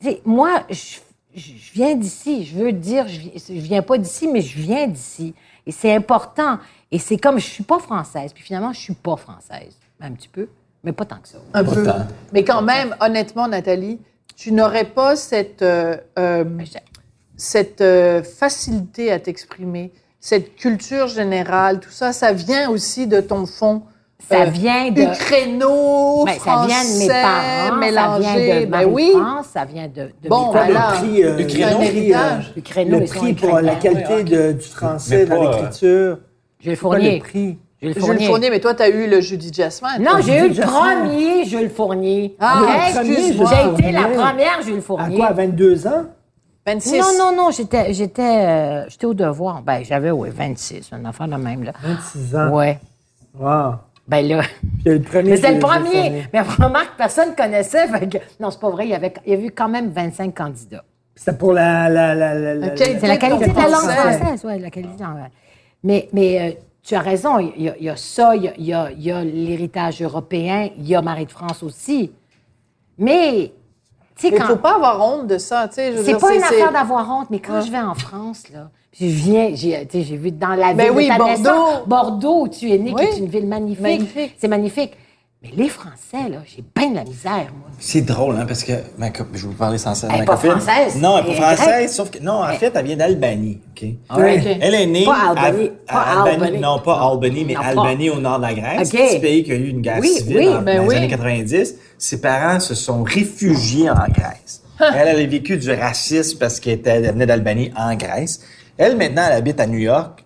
tu sais, moi, je, je- je viens d'ici. Je veux dire, je, vi- je viens pas d'ici, mais je viens d'ici. Et c'est important. Et c'est comme, je suis pas française. Puis finalement, je suis pas française. Un petit peu, mais pas tant que ça.
Un peu.
tant.
Mais quand même, honnêtement, Nathalie, tu n'aurais pas cette, euh, euh,
je-
cette euh, facilité à t'exprimer, cette culture générale, tout ça, ça vient aussi de ton fond.
Ça
euh,
vient de.
Ukraino,
ben, ça
français,
vient de mes parents,
mélangé.
ça vient de
Ben oui.
Marie-France, ça vient de, de
Bon, ben
mes
Pas
parents.
voilà.
le prix, euh,
Du créneau,
le
un
prix,
héritage.
euh,
Le créneau,
le
ils sont
prix pour
ukrainiens.
la qualité de- du français
Mais
dans
pas, euh,
l'écriture.
Je
Pas
vais le
le
fournier.
prix.
Je vais le
Jules Fournier.
fournier.
mais toi, tu as eu le Judy Jasmine.
Non, j'ai eu le
Jasmine.
premier Jules Fournier.
Ah,
Ok?
le premier Jules
Excuse-moi. J'ai été la
Fournier.
première Jules
À
Fournier.
quoi, à 22 ans?
26.
non, non, non, j'étais, j'étais, euh, j'étais au devoir. Ben, j'avais, ouais, 26, un enfant de même, là.
26 ans.
Ouais.
Wow.
Ben là.
Puis il y a eu le premier.
Mais c'était le
Jules
premier.
Fournier.
Mais remarque, personne connaissait. fait que- Non, c'est pas vrai. Il y avait, il y a eu quand même 25 candidats.
C'était pour la. la, la, la, la-
Ok.
C'est la qualité de la langue
Français.
française, oui, la qualité de la langue. Mais, mais euh, tu as raison, il y, a- il y a ça, il y a- il y a, il y a l'héritage européen, il y a Marie de France aussi. Mais, tu
Il
sais,
ne faut
quand.
pas avoir honte de ça. tu sais, je veux
C'est
dire,
pas une
c'est-
affaire d'avoir honte, mais quand je vais en France, là, je viens, j'ai tu sais, j'ai vu dans la ville
Ben
de
oui,
ta
Bordeaux.
naissance, Bordeaux, où tu es né,
Oui.
qui est une ville magnifique.
Magnifique.
C'est magnifique. Mais les Français, là, j'ai bien de la misère, moi.
C'est drôle, hein, parce que ma cop- je vais vous parler sans cesse.
Elle est
ma
pas
copine.
française.
Non, elle est pas
Elle est
française, sauf que. Non, en fait, elle vient d'Albanie. OK?
Ouais.
Ok.
Elle est née.
Pas Albany,
à-
pas
à Albany,
Albany.
Non, pas Albany, mais
Non, pas-
Albanie au nord de la Grèce.
Ok.
Petit pays qui a eu une guerre
Oui,
civile
oui,
en- dans,
ben
les
oui.
années 90. Ses parents se sont réfugiés en Grèce. elle, elle a vécu du racisme parce qu'elle était- elle venait d'Albanie en Grèce. Elle, maintenant, elle habite à New York.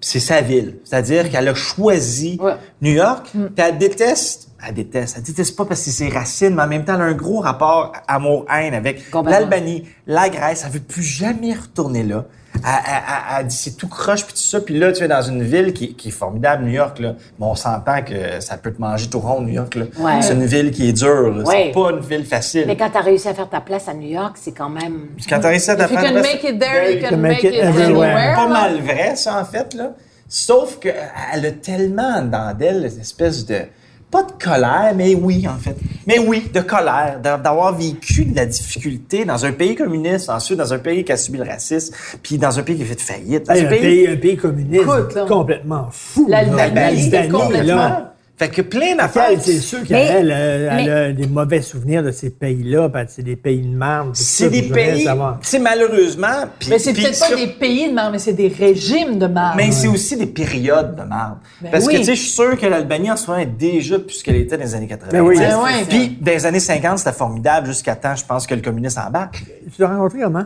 puis C'est sa ville. C'est-à-dire qu'elle a choisi
Ouais.
New York.
Hmm.
Puis elle déteste. Elle déteste. Elle déteste pas parce que c'est ses racines, mais en même temps, elle a un gros rapport amour-haine avec
Complètement.
l'Albanie, la Grèce. Elle veut plus jamais retourner là. Elle, elle- elle- elle dit c'est tout croche puis tout ça. Puis là, tu es dans une ville qui, qui est formidable, New York. Là. Mais on s'entend que ça peut te manger tout rond, New York. là.
Ouais.
C'est une ville qui est dure. là.
Ouais.
C'est pas une ville facile.
Mais quand tu as réussi à faire ta place à New York, c'est quand même.
Puis quand t'as réussi à
If you
t'apprendre
can
la-
make it there, you can make it
C'est
anywhere.
pas
là.
mal vrai, ça, en fait, là. Sauf qu'elle a tellement dans d'elle une espèce de. Pas de colère, mais oui, en fait. Mais oui, de colère, d'a- d'avoir vécu de la difficulté dans un pays communiste, ensuite dans un pays qui a subi le racisme, puis dans un pays qui a fait faillite. Dans
Hey,
un
un,
pays-
pays, un pays communiste
Écoute, là.
complètement fou.
L'Albanie,
là.
c'était complètement-
là.
Fait que plein d'affaires.
Elle, C'est sûr qu'elle
Mais-
elle, euh, elle
mais-
a des mauvais souvenirs de ces pays-là, parce que c'est des pays de merde. puis
C'est
tout,
des
je voudrais
pays.
savoir.
C'est malheureusement. puis-
Mais c'est
puis
peut-être pas
sur-
des pays de marde, mais c'est des régimes de marde.
Mais c'est aussi des périodes de merde. Parce
Ah oui.
que, tu sais, je suis sûr que l'Albanie en soi est déjà plus qu'elle était dans les années 80.
Ben oui.
Ben oui.
Puis, dans les années 50, c'était formidable jusqu'à temps, je pense, que le communiste embarque.
Tu l'as rencontré comment?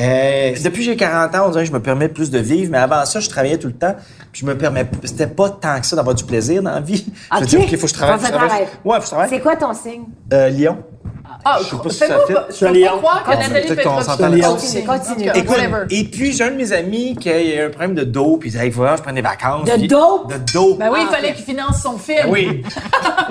Euh, depuis que j'ai 40 ans, on dirait que je me permets plus de vivre, mais avant ça, je travaillais tout le temps. Puis je me permets, c'était pas tant que ça d'avoir du plaisir dans la vie. Je veux
Ok.
dire, OK, faut que je travaille.
Faut que
faut que je
ça
travaille. Ouais, faut que je travaille.
C'est quoi ton signe?
Euh, Lyon.
Ah,
Je sais pas si
fais-moi
ça fait-
pas-
C'est un
Je peux pas
lion.
croire que
Continue,
Nathalie
peut-être qu'on
Petrov-
s'entend là-dessus.
Continue, continue.
Ok,
Écoute,
Euh, whatever.
et puis j'ai un de mes amis qui a eu un problème de dos, puis il disait, hey, voilà, je prends des vacances.
De
Puis-
dos?
De dos.
Ben oui, il fallait qu'il finance son film.
Ah Oui,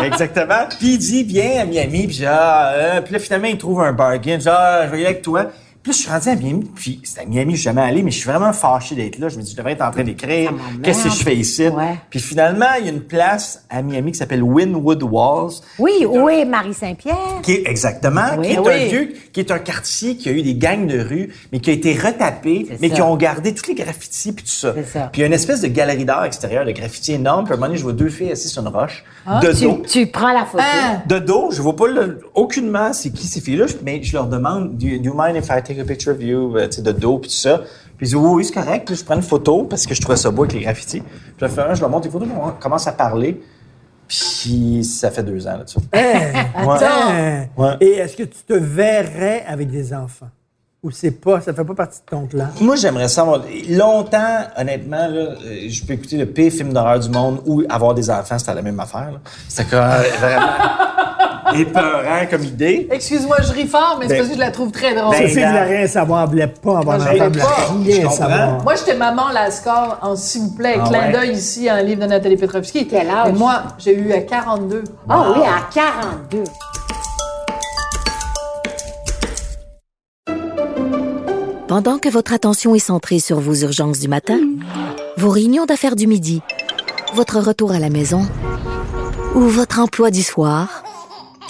exactement. Puis il dit, viens à Miami. Puis, j'ai, ah, euh, puis là, finalement, il trouve un bargain. Genre, je vais y aller avec toi. Puis là, je suis rendu à Miami. Puis c'est à Miami, je suis jamais allé, mais je suis vraiment fâché d'être là. Je me dis, je devrais être en train d'écrire. Qu'est-ce que je fais ici?
Ouais.
Puis finalement, il y a une place à Miami qui s'appelle Winwood Walls,
Oui, oui, Marie-Saint-Pierre?
qui est exactement,
Oui.
qui est
Oui.
un vieux, qui est un quartier qui a eu des gangs de rue, mais qui a été retapé,
C'est
mais
ça.
qui ont gardé tous les graffitis puis tout ça.
C'est ça.
Puis il y a une espèce de galerie d'art extérieure, de graffitis énorme. Puis à un moment donné, je vois deux filles assises sur une roche, de dos.
Ah, Tu, tu prends la photo.
Ah.
De dos, je vois pas le- aucunement c'est qui ces filles-là, mais je leur demande do you, do you mind if I take a picture of you euh, tu sais, de dos puis tout ça. Puis ils disent oui, oui, c'est correct. Puis je prends une photo parce que je trouvais ça beau avec les graffitis. Puis là, finalement, je leur montre les photos, puis on commence à parler. Puis ça fait deux ans là-dessus.
Eh,
Hein?
Ouais.
Et est-ce que tu te verrais avec des enfants? Ou c'est pas, ça fait pas partie de ton plan?
Moi, j'aimerais ça avoir- Longtemps, honnêtement, là, euh, je peux écouter le pire film d'horreur du monde ou avoir des enfants, c'était la même affaire. là. C'était comme euh, vraiment épeurant comme idée.
Excuse-moi, je ris fort, mais c'est
Ben-
parce que je la trouve très drôle.
Ça,
Ben-
c'est de la rien savoir, voulait pas avoir
Moi,
d'enfant,
je voulais
voulait
pas.
Je
rien
comprends.
savoir.
Moi, j'étais maman Lascar en s'il vous plaît,
Ah
clin
ouais.
d'œil ici, en livre de Nathalie Petrovski.
Quel âge?
Et moi, j'ai eu à 42.
Ah oui, à 42.
Pendant que votre attention est centrée sur vos urgences du matin, vos réunions d'affaires du midi, votre retour à la maison ou votre emploi du soir,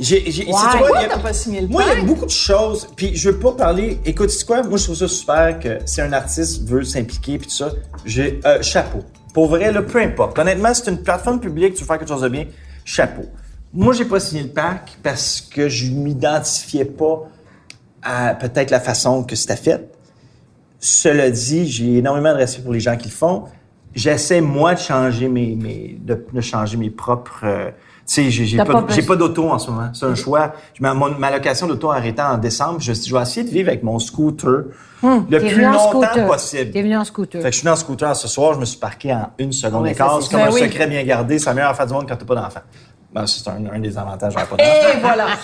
J'ai, j'ai,
Why?
sais-tu quoi,
Pourquoi
il y a-
t'as pas signé le
Moi, il y a
pacte?
beaucoup de choses. Puis je veux pas parler. Écoute, c'est quoi? Moi, je trouve ça super que si un artiste veut s'impliquer puis tout ça, j'ai euh, chapeau. Pour vrai, là, peu importe. Honnêtement, c'est une plateforme publique, tu veux faire quelque chose de bien, chapeau. Moi, j'ai pas signé le pack parce que je m'identifiais pas à peut-être la façon que c'était fait. Cela dit, j'ai énormément de respect pour les gens qui le font. J'essaie, moi, de changer mes, mes- de, de changer mes propres. euh, tu sais, j'ai j'ai
T'as
pas,
pas
de- j'ai
besoin-
pas d'auto en ce moment. C'est un choix. Je- Ma, mon- ma location d'auto arrêtée en décembre. Je, je vais essayer de vivre avec mon scooter le
Hmm, T'es
plus
venu en
longtemps
scooter.
possible.
T'es venu en scooter.
Fait que je suis venu en scooter ce soir, je me suis parqué en une seconde
Ouais,
et
ça,
quart.
c'est
C'est comme
ça.
un
Ben oui.
secret bien gardé. C'est la meilleure affaire du monde quand t'as pas d'enfant. Ben, c'est un, un des avantages d'avoir pas d'enfant.
Et voilà.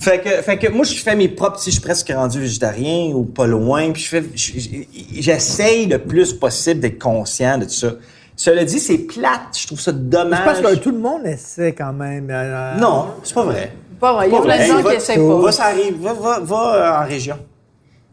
Fait que, fait que moi, je fais mes propres, si je suis presque rendu végétarien ou pas loin, puis je fais, je- j'essaye le plus possible d'être conscient de tout ça. Cela dit, c'est plate, je trouve ça
Je
dommage.
pense que tout le monde essaie quand même. euh,
Non, c'est pas vrai.
Pas vrai, il y a
Pas
plein de
vrai.
gens
Va-
qui essaient
Va,
pas.
ça arrive, va, va, va, euh, en région.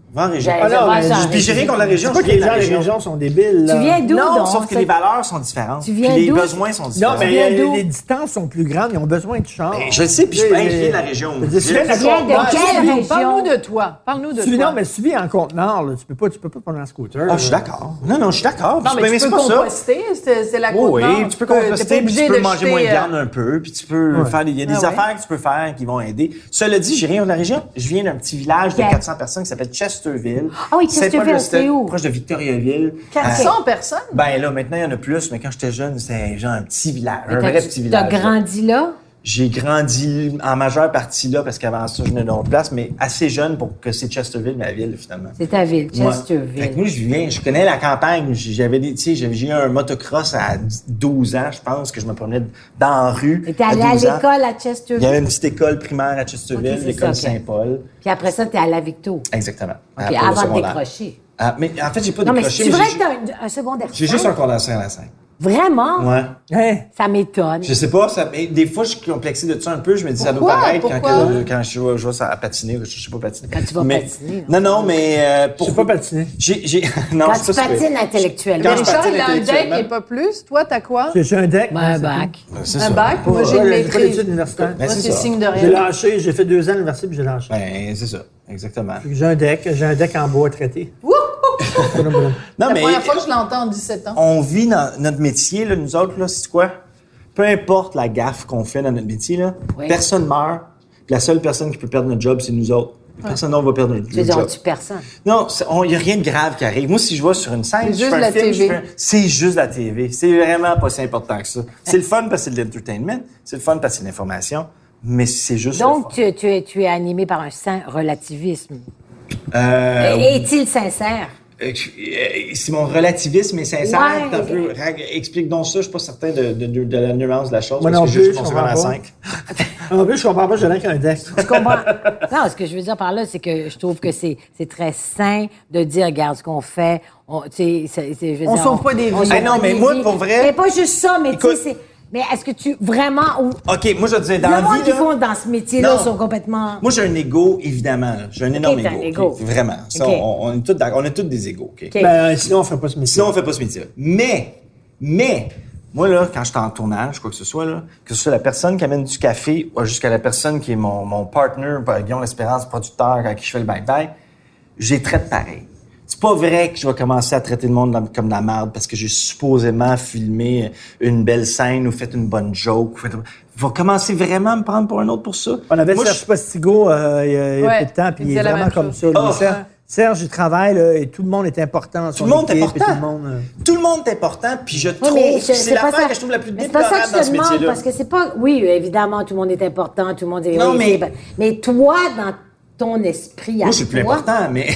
Va en région.
Ben,
J'allais
Ah
dire,
non,
va
mais
en
je-
région.
Puis j'ai rien contre la région,
C'est pas que
je
les
viens de
gens,
la
les
région.
gens sont débiles.
Tu
là.
viens d'où,
Non,
donc?
sauf que
Ça-
les valeurs sont différentes.
Tu viens
puis les
d'où?
besoins sont différents.
Non, mais euh,
viens d'où?
les distances sont plus grandes, ils ont besoin de char.
Ben, je le sais, puis je
Tu
ben, je viens de la région.
je veux dire, tu viens de la
Tu viens de
Côte-Nord,
quelle
tu viens-
région?
Parle-nous de toi. Parle-nous de
tu viens-
toi.
Non, mais tu viens en conteneur, là. Tu peux pas, tu peux pas prendre un scooter.
Ah,
là.
je suis d'accord. Non, non, je suis d'accord.
Non, mais
Ben,
tu peux
pas ça.
composter, c'est c'est la côte
Oh oui,
Nord.
tu peux
t'es
composter,
pas
puis
obligé
tu peux
de
manger
jeter,
moins de
euh,
viande un peu, puis tu peux faire des- il y a des
Ah ouais.
affaires que tu peux faire qui vont aider. Cela dit, j'ai rien de la région. Je viens d'un petit village de
Ok.
400 personnes qui s'appelle Chesterville.
Ah oui,
Saint-Paul-de-Ste-
Chesterville, c'est où?
Proche de Victoriaville.
400 personnes?
Euh, ben là, maintenant, il y en a plus, mais quand j'étais jeune, c'était genre un petit village, un
T'as-
vrai petit
T'as
village. là.
grandi là?
J'ai grandi en majeure partie là, parce qu'avant ça, je venais d'autres places, mais assez jeune pour que c'est Chesterville, ma ville, finalement.
C'est ta ville,
Ouais. Fait
Chesterville.
que moi, je viens, je connais la campagne. J- J'avais des, tu sais, j'avais- j'ai eu un motocross à 12 ans, je pense, que je me promenais dans la rue.
Et T'es allé à
12 ans.
l'école à
Il y avait
Chesterville.
une petite école primaire à Chesterville,
Ok, c'est
l'école
ça, ok.
Saint-Paul.
Puis après ça, t'es allé à Victo.
Exactement.
Puis
Après le
avant de
secondaire.
décrocher.
Ah, mais en fait, j'ai pas
Non, mais
décroché.
c'est vrai
j'ai-
que t'as Ah. un, un secondaire.
J'ai
cinq?
juste un condensé à la 5.
Vraiment?
Ouais.
Hein?
Ça m'étonne.
Je sais pas, ça, mais des fois, je suis complexé de ça un peu. Je me dis, ça doit
Pourquoi?
paraître quand,
Pourquoi?
que- quand je, vois- je vois ça à patiner. Je, je sais pas patiner.
Quand tu vas
Mais-
patiner,
Non, non, mais. Euh, pour...
Je sais pas patiner.
J'ai, j'ai... Non,
Quand
je
tu
sais pas si-
patines intellectuellement.
Quand
Mais
je
Richard,
patine
il a un deck
intellectuellement.
et pas plus. Toi, t'as quoi?
J'ai- J'ai un
Ouais,
deck.
ben, un
c'est
bac.
tout.
C'est
Un
ça.
bac? Moi, j'ai
Ouais,
une
j'ai pas
maîtrise.
d'études universitaires.
Mais
Moi,
Ben, c'est
c'est
ça.
signe de
J'ai
rien.
lâché, j'ai fait deux ans à l'université, puis j'ai lâché.
Ben, c'est ça, exactement.
J'ai un deck, j'ai un deck en bois traité.
Wouhou!
Non,
La
mais
première fois que je l'entends en 17 ans.
on vit dans notre métier, là, nous autres, là, c'est quoi? Peu importe la gaffe qu'on fait dans notre métier, là,
Oui.
personne meurt. Puis La seule personne qui peut perdre notre job, c'est nous autres. Personne d'autre va perdre notre,
Tu veux
notre
dire, on
job.
tue personne.
Non, il n'y a rien de grave qui arrive. Moi, si je vois sur une scène,
C'est
je
juste
fais un
la
film, je
TV.
fais un- c'est juste la TV. C'est vraiment pas si important que ça. C'est le fun parce que c'est de l'entertainment. C'est le fun parce que c'est de l'information. Mais c'est juste
Donc,
le fun.
tu, tu es, tu es animé par un saint relativisme.
Euh,
Est-il sincère?
Euh, euh, C'est mon relativisme est sincère.
Ouais.
t'as un peu- ra- Explique donc ça. Je suis pas certain de, de- de- de la nuance de la chose.
Moi
parce
non
que
plus,
je
je
pense
comprends
vraiment à
pas.
5.
En plus, je comprends pas, j'ai rien qu'un deck.
Tu comprends? non, ce que je veux dire par là, c'est que je trouve que c'est c'est très sain de dire, regarde ce qu'on fait. On, tu sais, c'est- c'est- je veux
On
dire,
sauve pas des vies.
on sauve
Eh non,
pas
mais
des
moi,
vies.
pour vrai-
Mais pas juste ça, mais tu sais,
Écoute.
c'est. Mais est-ce que tu vraiment. Ou,
OK, moi, je te disais, dans la
le monde
vie.
qui
là,
font dans ce métier-là
Non.
sont complètement.
Moi, j'ai un ego, évidemment. là. J'ai un énorme
t'as un
ego.
ego.
Vraiment. Ça,
OK.
on, on est tous d'accord. On a tous des égos. OK?
OK.
Ben, sinon, on ferait pas ce métier.
Sinon, on fait pas ce métier-là. Mais, mais, moi, là, quand je suis en tournage, quoi que ce soit, là, que ce soit la personne qui amène du café ou jusqu'à la personne qui est mon, mon partner, par- Guillaume L'Espérance, producteur, à qui je fais le bye-bye, je les traite pareil. C'est pas vrai que je vais commencer à traiter le monde dans- comme de la merde parce que j'ai supposément filmé une belle scène ou fait une bonne joke. Ou fait... Je vais commencer vraiment à me prendre pour un autre pour ça.
On avait
Moi, je-
Serge Postigo euh, il y a, il y a
Ouais,
peu de temps, puis
il
il est
disait la
vraiment
même
comme
chose.
ça. lui.
Ah.
Serge, Serge, il travaille, là, et tout le monde est important.
Tout le monde est important.
Tout le monde, euh,
Tout le monde est important, puis je
Oui,
trouve
mais
que c'est
pas
l'affaire
ça-
que je trouve la plus
mais C'est pas
déplorable
ça que
dans
je te
ce
demande,
métier-là.
parce que c'est pas. Oui, évidemment, tout le monde est important, tout le monde est.
Non,
oui,
mais-
c'est- Mais toi, dans ton esprit, à
Moi, je suis plus
toi,
important, mais.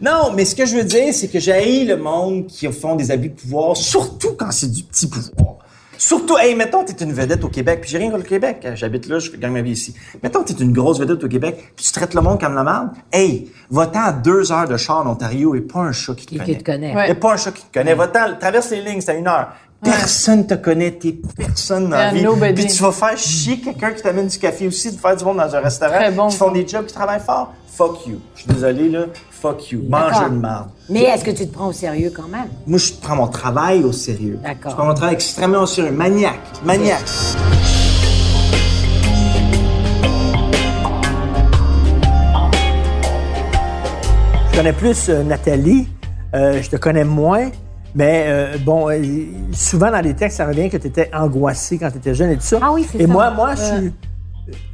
non, mais ce que je veux dire, c'est que j'ai le monde qui font des abus de pouvoir, surtout quand c'est du petit pouvoir. Surtout, hey, mettons, t'es une vedette au Québec, puis j'ai rien contre le Québec, hein, j'habite là, je gagne ma vie ici. Mettons, t'es une grosse vedette au Québec, puis tu traites le monde comme la merde. Hey, va-t'en à deux heures de char en Ontario et pas un chat qui te
Qui
connaît.
te connaît.
Ouais.
Y a pas un chat qui te connaît. Va-t'en, traverse les lignes, c'est à une heure. Personne te connaît, t'es personne dans la
Yeah,
vie.
nobody.
Puis tu vas faire chier quelqu'un qui t'amène du café aussi, de faire du monde dans un restaurant,
Très bon,
qui font
ça.
des jobs, qui travaillent fort. Fuck you. Je suis désolé, là. Fuck you.
D'accord.
Mange une merde.
Mais est-ce que tu te prends au sérieux quand même?
Moi, je prends mon travail au sérieux.
D'accord.
Je prends mon travail extrêmement au sérieux. Maniaque. Maniaque.
Je connais plus euh, Nathalie, euh, je te connais moins, mais euh, bon, euh, souvent dans les textes, ça revient que tu étais angoissé quand tu étais jeune et tout ça.
Ah oui, c'est
Et
ça.
moi, moi, je suis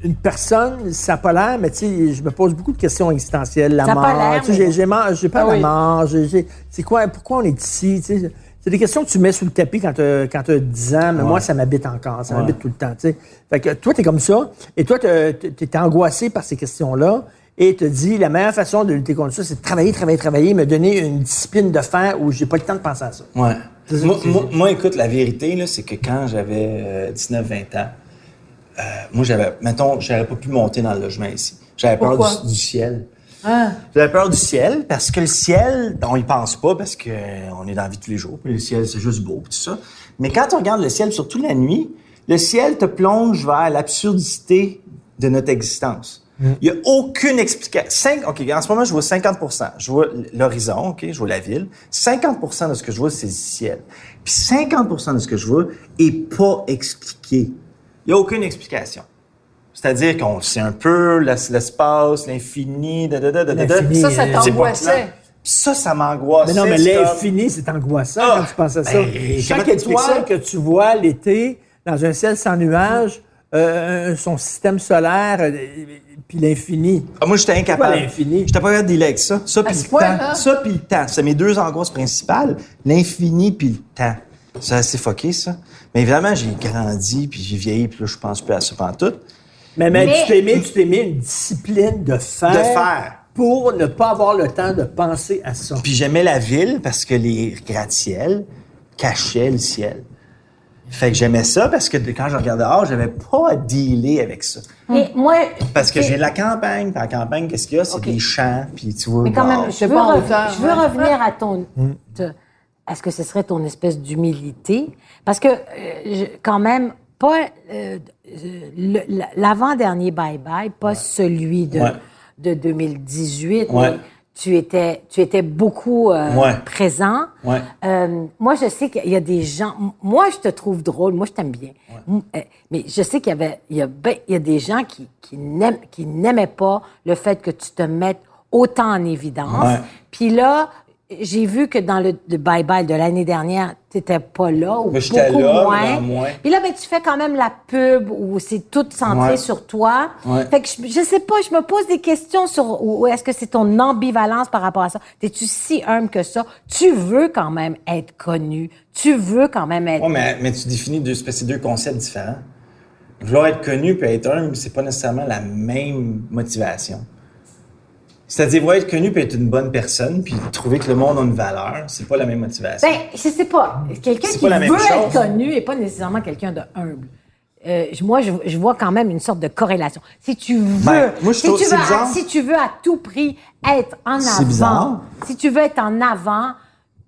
une personne, ça n'a pas l'air, mais tu sais, je me pose beaucoup de questions existentielles. La
Ça a
mort,
pas l'air,
tu sais,
mais
j'ai-
bon.
j'ai mar- j'ai peur
Ah
de
oui.
la mort, j'ai- j'ai- c'est quoi, pourquoi on est ici, tu sais. C'est des questions que tu mets sous le tapis quand tu as, 10 ans, mais moi, ça m'habite encore, ça m'habite tout le temps, tu sais. Fait que toi, tu es comme ça, et toi, tu es angoissé par ces questions-là, et te dis, la meilleure façon de lutter contre ça, c'est de travailler, travailler, travailler, me donner une discipline de faire où j'ai pas le temps de penser à ça.
Ouais.
C'est ça
Moi,
que tu
moi, moi, écoute, la vérité, là, c'est que quand j'avais 19-20 ans, euh, moi, j'avais, mettons, j'avais pas pu monter dans le logement ici. J'avais peur
Pourquoi?
du, du ciel. J'avais peur du ciel parce que le ciel, ben, on y pense pas parce que euh, on est dans la vie tous les jours. Puis le ciel, c'est juste beau, puis tout ça. Mais quand on regarde le ciel, surtout la nuit, le ciel te plonge vers l'absurdité de notre existence. Il n'y a aucune explication. Cinq, OK, en ce moment, je vois 50 Je vois l'horizon, OK, je vois la ville. 50 de ce que je vois, c'est le ciel. Puis 50 de ce que je vois est pas expliqué. Il n'y a aucune explication. C'est-à-dire qu'on sait un peu l'es- l'espace, l'infini, da, da, da, da, da, da.
L'infini,
Ça, ça
euh,
C'est pas
t'angoissait.
clair. Puis ça, ça m'angoissait.
Mais non, mais
c'est comme-
l'infini, c'est angoissant
Ah!
quand tu penses à ça.
Ben, comment
Chaque
t'expliques ça?
étoile que tu vois l'été, dans un ciel sans nuages, euh, son système solaire, euh, puis l'infini.
Ah, moi, j'étais
Pourquoi
incapable.
l'infini?
J'étais pas capable d'y aller avec ça. Ça, puis
ce
le
point-là?
temps. Ça, puis le temps. C'est mes deux angoisses principales. L'infini, puis le temps. C'est assez fucké, ça. Mais évidemment, j'ai grandi, puis j'ai vieilli, puis là, je pense plus à ça pendant tout.
Mais, mais,
Mais-
tu t'es mis, tu t'es mis une discipline de faire,
De faire.
pour ne pas avoir le temps de penser à ça.
Puis j'aimais la ville parce que les gratte-ciels cachaient le ciel. Fait que j'aimais ça parce que de- quand je regardais dehors, j'avais pas à dealer avec ça.
Mais moi.
Parce que
c'est-
j'ai de la campagne. Puis en campagne, qu'est-ce qu'il y a? C'est
Ok.
des champs, puis tu vois.
Mais quand
wow.
même, je
C'est
veux,
pas en
rev-
hauteur,
je veux
ouais.
revenir à ton.
Hmm.
te- Est-ce que ce serait ton espèce d'humilité? Parce que, euh, je- quand même, pas euh, euh, le- la- l'avant-dernier bye-bye, pas celui de,
Ouais.
de 2018.
Ouais.
mais Tu étais, tu étais beaucoup euh,
Ouais.
présent.
Ouais.
Euh, moi, je sais qu'il y a des gens. m- Moi, je te trouve drôle. Moi, je t'aime bien. M- euh, Mais je sais qu'il y avait, il y a, ben- il y a des gens qui, qui n'aiment- qui n'aimaient pas le fait que tu te mettes autant en évidence.
Ouais.
Puis là, j'ai vu que dans le le bye-bye de l'année dernière, t'étais pas là ou
Mais
beaucoup
j'étais là,
moins.
mais moins.
Puis là, ben, tu fais quand même la pub où c'est tout centré
Ouais.
sur toi.
Ouais.
Fait que je, je sais pas, je me pose des questions sur ou, ou est-ce que c'est ton ambivalence par rapport à ça. T'es-tu si humble que ça? Tu veux quand même être connu. Tu veux quand même être...
Ouais, mais, mais tu définis deux, c'est deux concepts différents. Vouloir être connu puis être humble, c'est pas nécessairement la même motivation. C'est-à-dire, vouloir être connu puis être une bonne personne, puis trouver que le monde a une valeur, c'est pas la même motivation.
Ben, je sais pas. Quelqu'un
C'est
qui
pas la
veut
même
être
chose.
connu et pas nécessairement quelqu'un de humble. Euh, je- moi, je, je vois quand même une sorte de corrélation. Si tu veux,
Ben, moi, je
si,
trouve
tu
que
veux
c'est
à,
bizarre.
si tu veux à tout prix être en
C'est
avant,
bizarre.
si tu veux être en avant,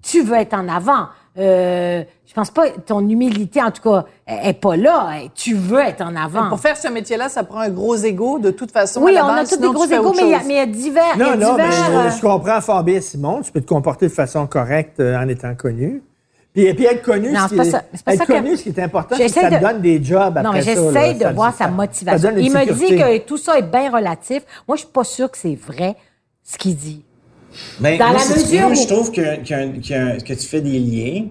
tu veux être en avant. Euh, je pense pas ton humilité, en tout cas, est est pas là. hein. Tu veux être en avant.
Pour faire ce métier-là, ça prend un gros ego de toute façon.
Oui,
à la
on a
base,
tous des
sinon,
gros
tu fais
égaux,
autre
mais il y a-
chose.
mais il y a divers. il y
Non,
a
non, mais
divers, euh,
je, je comprends fort bien, Simon. Tu peux te comporter de façon correcte euh, en étant connu. Puis, et puis être connu,
Non,
ce
c'est
qui
pas
est-
ça- c'est pas
être
ça que-
connu, ce qui est important, c'est que
J'essaie
ça
de-
te donne des jobs après
Non, mais
ça,
j'essaie
là. Ça-
de voir
ça-
sa
ça
motivation.
donne une
Il me dit
sécurité.
que tout ça est bien relatif. Moi, je suis pas sûre que c'est vrai ce qu'il dit.
Ben,
Dans
moi,
la
si tu
mesure
veux,
où-
je trouve que, que tu fais des liens,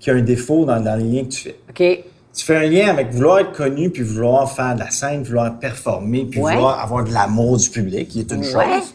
qu'il y a un défaut dans, dans les liens que tu fais.
OK.
Tu fais un lien avec vouloir être connu, puis vouloir faire de la scène, vouloir performer, puis
Ouais.
vouloir avoir de l'amour du public, qui est une
Ouais.
Ben,
chose.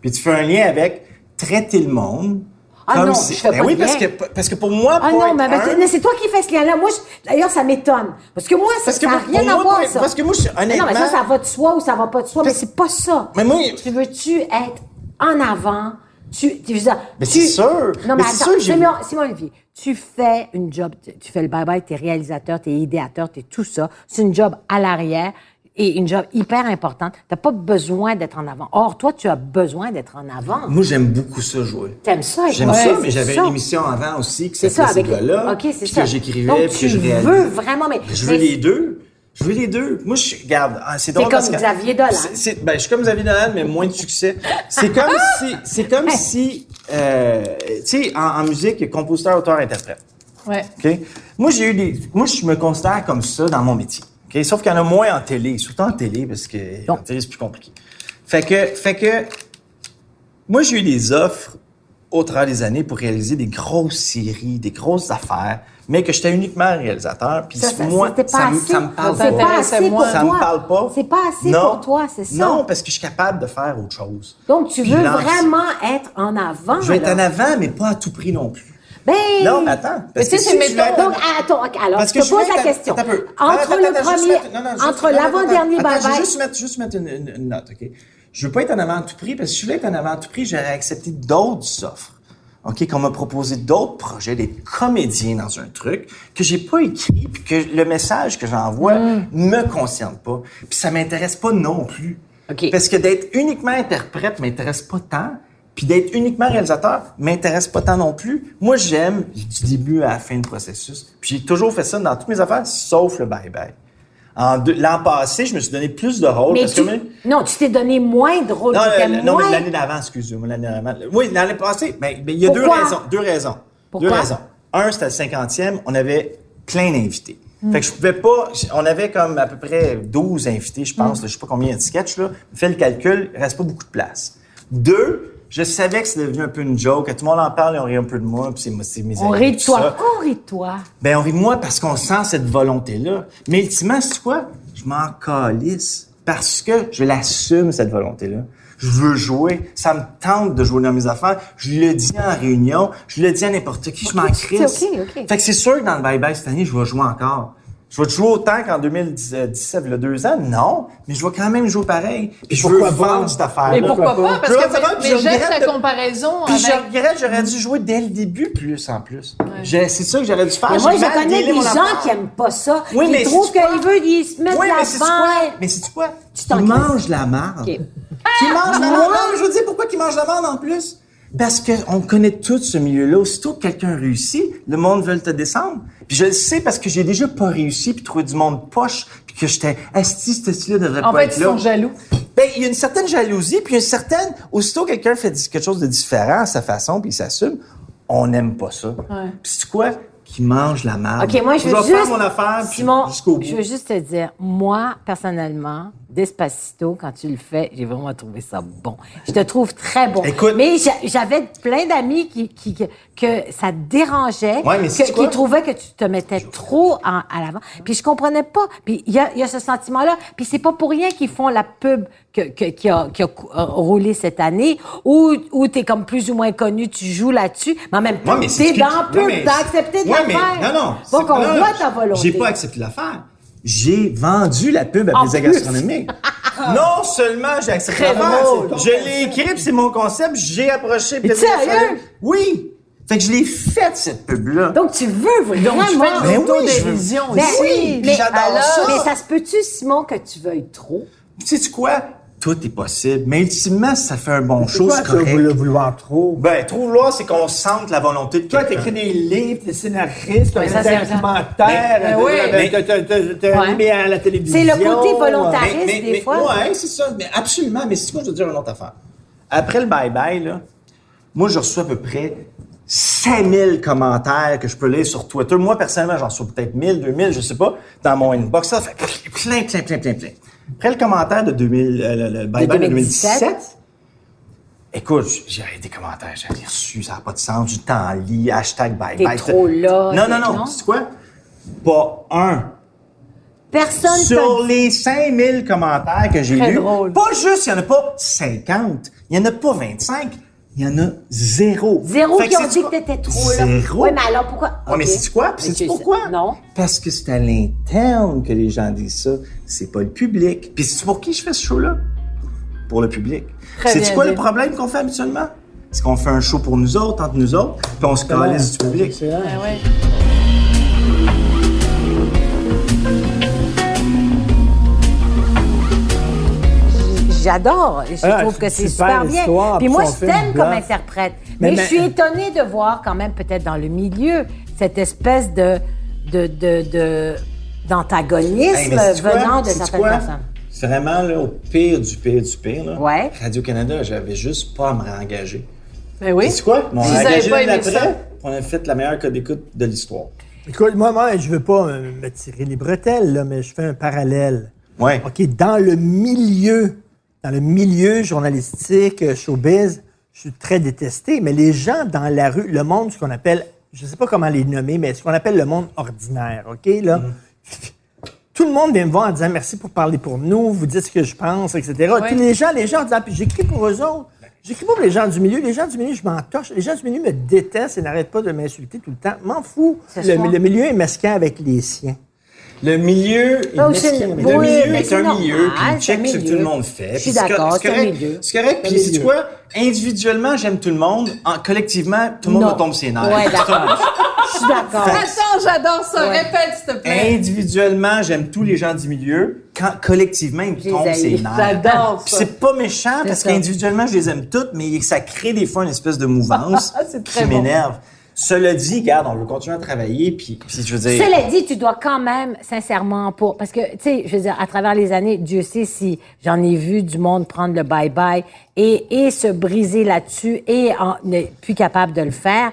Puis tu fais un lien avec traiter le monde.
Ah
comme
non,
si-
je fais
Ben
pas
oui,
de
parce que,
lien.
parce que pour moi,
Ah
pour
non,
être
mais, parce-
un-
mais c'est toi qui fais ce lien-là. Moi, je- d'ailleurs, ça m'étonne. Parce que moi, ça
Parce que
n'a
pour-
rien
pour
à
moi,
voir,
pour-
ça.
parce que moi, je suis-
Mais Non, mais ça,
honnêtement-
ça va de soi ou ça va pas de soi, mais c'est pas ça.
Mais moi-
Tu veux-tu être en avant? Tu, tu, je veux dire,
Mais
tu-
c'est sûr.
Non, mais,
Mais c'est
attends,
sûr que j'ai-
Simon, Simon Olivier, tu fais une job, tu- tu fais le bye-bye, t'es réalisateur, t'es idéateur, t'es tout ça. C'est une job à l'arrière et une job hyper importante. T'as pas besoin d'être en avant. Or, toi, tu as besoin d'être en avant.
Moi, j'aime beaucoup ça jouer.
T'aimes ça? être
J'aime
en
ça,
avant,
mais
c'est
j'avais
ça.
une émission avant aussi qui
C'est ça,
s'appelait Ces
avec
gars-là.
OK, c'est
puis
ça.
que j'écrivais,
Donc,
puis
tu
que je réalisais.
veux vraiment, mais.
Je
mais-
veux les deux. Je veux les deux. Moi, je regarde. ah, c'est drôle
T'es
parce
comme
que-
Xavier Dolan.
C'est- c'est- ben, je suis comme Xavier Dolan, mais moins de succès. C'est comme
Ah!
si, c'est comme si, euh, tu sais, en, en musique, il y a compositeur, auteur, interprète.
Ouais.
OK? Moi, j'ai eu des, moi, je me considère comme ça dans mon métier. OK? Sauf qu'il y en a moins en télé, surtout en télé, parce que en télé, c'est plus compliqué. Fait que, fait que, moi, j'ai eu des offres au travers des années pour réaliser des grosses séries, des grosses affaires, mais que j'étais uniquement réalisateur. Puis
Ça, ça,
moi,
c'était pas
ça, me-
assez.
ça me parle
C'est pas
T'intéressais
assez
moins.
pour
ça
toi.
me parle pas.
C'est pas assez
Non.
pour toi, c'est ça.
Non, parce que je suis capable de faire autre chose.
Donc, tu veux
Lance.
vraiment être en avant.
Je vais être
là.
en avant, mais pas à tout prix non plus.
Ben,
Non, mais attends.
Mais
Parce que
tu sais,
si
c'est
je vais être en-
Donc, Ah, attends, ok, alors,
Parce
je
que
te
je
pose
mets-
la question.
Attends un peu.
Entre
Attends,
le
attends, juste
premier,
mettre- non, non, juste-
entre
attends,
l'avant-dernier
attends, attends, Je vais
bye-bye.
juste mettre, juste mettre une, une- une note, OK? Je veux pas être en avant à tout prix, parce que si je voulais être en avant à tout prix, j'aurais accepté d'autres offres. OK? Qu'on m'a proposé d'autres projets, d'être comédien dans un truc que j'ai pas écrit, puis que le message que j'envoie
Mm.
me concerne pas. Puis ça m'intéresse pas non plus.
OK.
Parce que d'être uniquement interprète m'intéresse pas tant, puis d'être uniquement réalisateur m'intéresse pas tant non plus. Moi, j'aime du début à la fin du processus. Puis j'ai toujours fait ça dans toutes mes affaires, sauf le bye-bye. En deux- L'an passé, je me suis donné plus de rôles.
Mais
parce
tu,
que même-
non, tu t'es donné moins de rôle.
non,
tu
euh,
t'aimes
non, mais
moins.
l'année d'avant, excusez-moi, l'année d'avant. Oui, l'année passée, mais mais il y a deux
Pourquoi?
raisons. Deux raisons.
Pourquoi?
Deux raisons. Un, c'était le 50e, on avait plein d'invités.
Hmm.
Fait que je pouvais pas. On avait comme à peu près 12 invités, je
Hmm.
pense. là, je sais pas combien il y a de sketchs, là. Fais le calcul, il reste pas beaucoup de place. Deux, je savais que c'était devenu un peu une joke, que tout le monde en parle et on rit un peu de moi, puis c'est moi- c'est mes
On
amis,
rit de
tout
toi.
ça.
Pourquoi on rit de toi?
Ben, on rit de moi parce qu'on sent cette volonté-là. Mais ultimement, c'est quoi? Je m'en calisse parce que je l'assume, cette volonté-là. Je veux jouer. Ça me tente de jouer dans mes affaires. Je le dis en réunion. Je le dis à n'importe qui. Je m'en crisse.
ok, ok.
Fait que c'est sûr que dans le bye-bye cette année, je vais jouer encore. Je vais te jouer autant qu'en 2017, il y a deux ans? Non. Mais je vais quand même jouer pareil. Puis je veux
Pourquoi pas?
vendre cette affaire-là.
Mais pourquoi pas? Parce
Je
que
veux savoir, puis
mais,
je
mais j'aime
regrette
ta
de-
comparaison
puis je
avec...
regrette, j'aurais dû jouer dès le début plus en plus. J'ai- C'est ça que j'aurais dû faire.
Mais
J'ai
moi, je
mal
connais
dealé
des
mon
gens
affaire.
qui aiment pas ça.
Oui, mais
Ils trouvent
c'est-tu
qu'ils veulent, ils se mettent
Oui, mais c'est quoi?
l'avant.
Mais c'est quoi?
Tu t'en
Qui mange
crisses.
la marde.
Ok. Ah!
Qui mange la
moi?
marde. Non, mais je veux dire, pourquoi qui mange la marde en plus? Parce qu'on connaît tout ce milieu-là. Aussitôt que quelqu'un réussit, le monde veut te descendre. Puis je le sais parce que j'ai déjà pas réussi, puis trouvé du monde poche, puis que j'étais asti, ce style-là devrait
En
pas
fait,
être
ils
là.
sont jaloux.
Ben, il y a une certaine jalousie, puis une certaine. Aussitôt que quelqu'un fait di- quelque chose de différent à sa façon, puis il s'assume, on n'aime pas ça. Puis c'est quoi qui mange la marde?
OK, moi, je veux
vais
juste...
faire mon affaire puis
Simon,
jusqu'au bout.
je veux juste te dire, moi, personnellement, Despacito, quand tu le fais, j'ai vraiment trouvé ça bon. Je te trouve très bon.
Écoute-
Mais j'a- j'avais plein d'amis qui, qui- que- que ça dérangeait,
Ouais, mais
que-
c'est quoi?
qui trouvaient que tu te mettais trop en- à l'avant. Puis je comprenais pas. Puis il y a, il y a ce sentiment-là. Puis c'est pas pour rien qu'ils font la pub que- que- qui, a, qui a cou- a roulé cette année, où, où tu es comme plus ou moins connu, tu joues là-dessus, mais en même temps,
Ouais, mais
t'es
c'est
dans la pub,
d'accepter
t'as accepté de
ouais,
la
mais,
faire.
Non, non.
Donc
c'est-
on
non,
voit ta volonté.
J'ai pas accepté de la faire. J'ai vendu la pub à
En
Plaisir
plus. Ah.
Gastronomique. non seulement j'ai accepté de la faire,
drôle.
c'est- je l'ai écrit, puis c'est mon concept, j'ai approché Plaisir
sérieux?
Gastronomique. Oui! Fait que je l'ai faite, cette pub-là.
Donc, tu veux vraiment...
tu fais
Ben
de
oui,
l'autodérision
Ben
ici.
oui,
puis
mais
j'adore
alors,
ça.
mais ça se peut-tu, Simon, que tu veuilles trop?
Sais-tu quoi? Tout est possible. Mais ultimement, si ça fait un bon show,
Pourquoi
c'est
tu
correct.
veux le vouloir trop?
Ben, trop vouloir, c'est qu'on sente la volonté de
Toi,
quelqu'un.
t'écris des livres, t'es scénariste, euh, t'as
Ouais,
Ben,
ça,
des
c'est Ben
documentaires,
oui,
t'as- t'as- t'as- t'as-
Ouais.
t'as animé à la télévision.
C'est le côté
volontaire.
volontariste, des fois.
Ouais, c'est ça. Mais absolument. Mais c'est quoi, je veux dire une autre affaire. Après le bye-bye, là, moi, je reçois à peu près 5000 commentaires que je peux lire sur Twitter. Moi, personnellement, j'en reçois peut-être 1000, 2000, je sais pas, dans mon inbox. Ça fait plein, plein, plein, plein, plein. Après le commentaire de 2000, euh, le- le bye-bye de
2017.
2017, Écoute, j'ai arrêté des commentaires, j'ai rien reçu, ça n'a pas de sens, du temps en lit, hashtag bye bye.
T'es trop là,
Non,
t'es-
non, non,
non.
c'est quoi? Pas un.
Personne
Sur
t'a
les 5000 commentaires que j'ai
Très
lus,
drôle.
pas juste, il n'y en a pas 50, il n'y en a pas 25, il y en a zéro.
Zéro
Fait
qui ont
c'est-tu
dit que
quoi?
t'étais trop là.
Zéro.
Ouais, mais alors pourquoi?
Ouais, Ah, mais
Ok.
c'est quoi? Puis
Mais
c'est
tu-
pourquoi?
Non.
Parce que c'est à l'interne que les gens disent ça. C'est pas le public. Puis c'est pour qui je fais ce show-là? Pour le public. C'est
bien
quoi le
dit.
problème qu'on fait habituellement? C'est qu'on fait un show pour nous autres, entre nous autres, puis on se calisse du public.
J'adore. Je
Ah,
trouve que
c'est
c'est
une
super
super
bien.
histoire,
Puis
puis
moi,
son
je
film
t'aime
blanc.
comme interprète. Mais,
Mais-
je
mais-
suis étonnée de voir quand même, peut-être dans le milieu, cette espèce de... de, de, de-
Hey,
d'antagonisme
mais c'est-tu quoi?
venant de
C'est-tu
certaines
quoi?
personnes.
C'est Vraiment, là, au pire du pire du pire, là,
Ouais.
Radio-Canada, j'avais juste pas à me réengager.
Ben oui.
C'est quoi? Mon
Vous avez
engagé
pas
l'année
aimé ça?
après, on a fait la meilleure code d'écoute de l'histoire.
Écoute, moi, moi, je veux pas euh, me tirer les bretelles, là, mais je fais un parallèle.
Ouais.
OK, dans le milieu, dans le milieu journalistique, euh, showbiz, je suis très détesté, mais les gens dans la rue, le monde, ce qu'on appelle, je sais pas comment les nommer, mais ce qu'on appelle le monde ordinaire, OK, là, tout le monde vient me voir en disant merci pour parler pour nous, vous dites ce que je pense, etc. Puis les gens, les gens disent, ah, puis j'écris pour eux autres. J'écris pas pour les gens du milieu. Les gens du milieu, je m'en torche. Les gens du milieu me détestent et n'arrêtent pas de m'insulter tout le temps. M'en fous.
Ce soir.
Le, le milieu est mesquin avec les siens.
Le milieu, il
Ah,
met
c'est-
ce qu'il y a.
oui,
le milieu
mais
est
c'est
un
normal,
milieu, puis
c'est un
il check ce que
milieu.
tout le monde fait.
Je suis
puis c'est
d'accord,
cor-
c'est un
correct.
milieu.
C'est correct, puis c'est quoi? Individuellement, j'aime tout le monde. En- collectivement, tout le monde
Non.
me tombe ses nerfs.
Ouais, d'accord. Je suis d'accord.
Attends, j'adore Ah, ça. Répète, s'il te plaît.
Individuellement, j'aime tous les gens du milieu. Quand collectivement, ils me
Je les
tombent
haïs.
ses nerfs.
J'adore
Puis
ça.
c'est pas méchant
C'est
parce
ça.
qu'individuellement, je les aime toutes, mais ça crée des fois une espèce de mouvance
C'est très
qui
bon.
m'énerve. Cela dit, regarde, on veut continuer à travailler, puis, puis je veux dire...
Cela dit, tu dois quand même, sincèrement, pour. Parce que, tu sais, je veux dire, à travers les années, Dieu sait si j'en ai vu du monde prendre le bye-bye et, et se briser là-dessus et en, ne plus capable de le faire.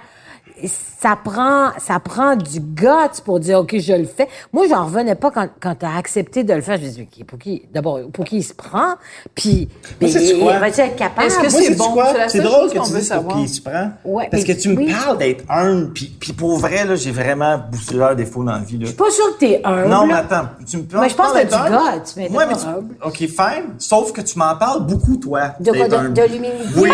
Ça prend, ça prend du guts pour dire, OK, je le fais. Moi, j'en revenais pas quand, quand t'as accepté de le faire. Je me dis, OK, pour qui, d'abord, pour qui il se prend? Puis, mais
sais-tu
il
quoi?
va-t-il être capable?
Est-ce que
Moi,
c'est
sais-tu
bon?
quoi?
C'est la
C'est
seule
drôle
chose
que
qu'on
tu
veut
dises pour
savoir.
qui tu prends.
Ouais,
parce que
mais
tu me
oui.
parles d'être humble, puis, puis pour vrai, là, j'ai vraiment bousculeur des faux dans la vie. Là.
Je suis pas sûre que t'es humble.
Non, mais attends, tu me parles
Mais je pense que
d'être
t'as du
humble?
gars, tu m'étais
Ouais,
pas
mais tu-
humble.
OK, fine. Sauf que tu m'en parles beaucoup, toi.
De quoi?
d'être
De-
humble.
de l'humilité?
Oui,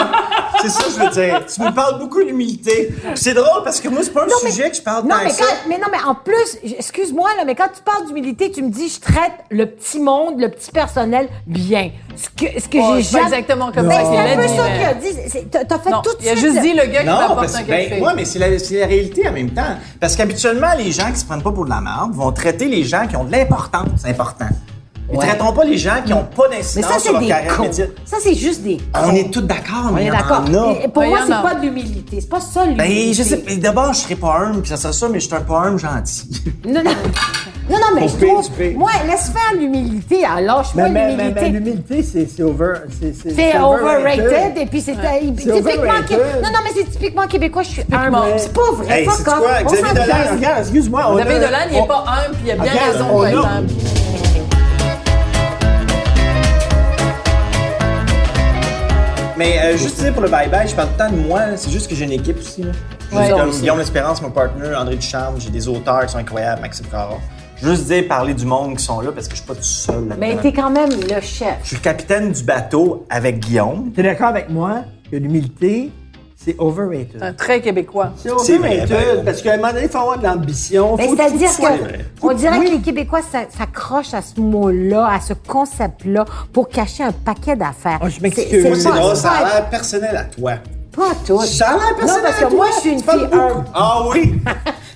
c'est ça que je veux dire. Tu me parles beaucoup d'humilité. Puis c'est drôle parce que moi, c'est pas un sujet que je parle
non,
tant
mais
que ça.
quand- mais non, mais en plus, j- excuse-moi, là, mais quand tu parles d'humilité, tu me dis, je traite le petit monde, le petit personnel bien. Ce que, ce que
Oh,
j'ai
c'est pas
jamais...
exactement comme ça
Ben,
qu'il
c'est un
l'a
peu
dit,
ça
mais-
qu'il a dit. C'est- T'as t'as fait
Non,
tout de
il a
suite,
juste
là.
dit le gars qui
Non,
t'apporte
parce
un
que, ben,
café.
ouais, mais c'est la, c'est la réalité en même temps. Parce qu'habituellement, les gens qui se prennent pas pour de la merde vont traiter les gens qui ont de l'importance. C'est important. Ils
Ouais.
traiteront pas les gens qui ont pas
Mais ça,
d'incidence sur
c'est
leur
des
carrière
cons.
médiatique.
Ça, c'est juste des cons.
On est tous d'accord,
On
mais
est
il y
d'accord.
en a.
Et- et Pour
Il y
moi,
en
c'est
a.
pas de l'humilité. C'est pas ça,
Ben,
l'humilité.
je sais, mais d'abord, je serais pas humble, puis ça serait ça, mais je suis un pas humble gentil.
Non, non. Non, non, mais
Au
je
pire,
trouve...
du pire.
Moi, laisse faire l'humilité. Alors, lâche-moi
Mais, mais- mais-
l'humilité.
mais l'humilité, c'est c'est over. c'est-
C'est overrated et puis c'est typiquement typiquement
overrated.
québécois. Non non mais c'est typiquement québécois, je suis humble. C'est pas vrai,
Hey,
fuck
c'est
off.
quoi,
On
Xavier
s'en
Dolan,
fiche.
Regarde, excuse-moi. on
David
a-
Dolan, il
on-
n'est pas humble, puis il a bien
Regarde,
raison
on
pour être
a-
humble.
Mais euh, juste dire pour le bye-bye, je parle tout le temps de moi, là. c'est juste que j'ai une équipe aussi. Là. Juste comme Guillaume L'Espérance, mon partner, André Ducharme, j'ai des auteurs qui sont incroyables, Maxime Carrard. Juste dire, parler du monde qui sont là parce que je suis pas tout seul. là-dedans.
Mais t'es quand même le chef.
Je suis le capitaine du bateau avec Guillaume.
T'es d'accord avec moi que l'humilité, c'est overrated.
Un Euh, Très québécois.
C'est
C'est vrai,
overrated,
ben,
parce qu'à un moment donné, il faut avoir de l'ambition.
Ben,
Mais
faut-
c'est-à-dire
faut- faut-
que on dirait que les Québécois s'a- s'accrochent à ce mot-là, à ce concept-là, pour cacher un paquet d'affaires.
Oh, je
C'est-
m'excuse.
c'est
C'est
pas-
drôle,
c'est
ça
pas-
a l'air personnel à toi.
Pas tout.
Ça a l'air
Non,
personnel
parce
à
que
toi.
moi, je suis une
Tu parles
fille
beaucoup.
humble.
Ah oui?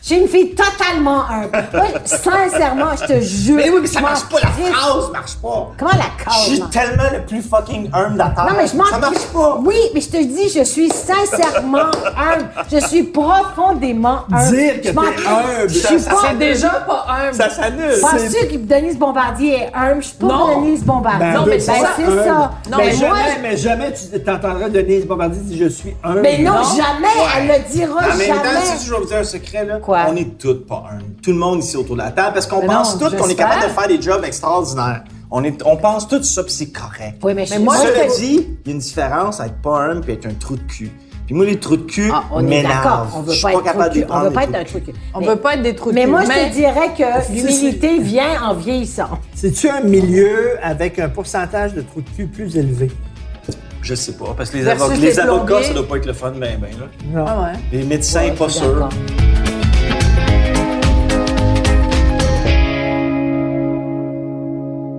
Je suis une fille totalement humble. Moi, sincèrement, je te jure.
Mais oui, mais ça
je m'en
marche pas, la
crisse.
phrase marche pas.
Comment la cause?
Je suis tellement le plus fucking humble de la terre.
Non, mais je m'en
Ça marche
crisse.
pas.
Oui, mais je te dis, je suis sincèrement humble. Je suis profondément humble.
Dire que
je m'en
t'es
crisse.
humble,
Je
ça-
suis
ça-
pas
C'est déjà pas humble.
Ça s'annule.
Penses-tu que Denise Bombardier est humble? Je suis pas
Non.
Denise Bombardier.
Ben,
Non, mais
ben,
c'est ça,
c'est
humble.
ça.
Non,
mais,
mais
jamais,
moi,
mais jamais tu t'entendras Denise Bombardier dire « Je suis humble ».
Mais Ben, non,
Non.
jamais, elle le dira
En même temps,
jamais.
si je vais vous dire un secret, là,
Quoi?
on est toutes pas humbles. Tout le monde ici autour de la table, parce qu'on
Mais
pense
non,
tous qu'on est
j'espère.
capable de faire des jobs extraordinaires. On, est, on pense tout ça, puis c'est correct.
Oui, mais, je-
moi,
moi,
Cela
je-
dit, il y a une différence à être pas humble et être un trou de cul. Puis moi, les trous de cul
Ah, on est
m'énervent.
d'accord, on veut
Je suis
pas être
capable
trop
de
cul. On
prendre
veut
les
pas être
trous
un
de
truc.
On veut pas être des trous de
Mais
cul,
moi, je
mais-
te dirais que l'humilité vient en vieillissant.
C'est-tu un milieu avec un pourcentage de trous de cul plus élevé?
cul. Je sais pas, parce que les,
Versus
avocats-
les
les avocats,
plombiers.
ça doit pas être le fun, ben, ben, là.
Non.
Ah ouais.
Les médecins,
Ouais,
pas
je suis
sûr.
d'accord.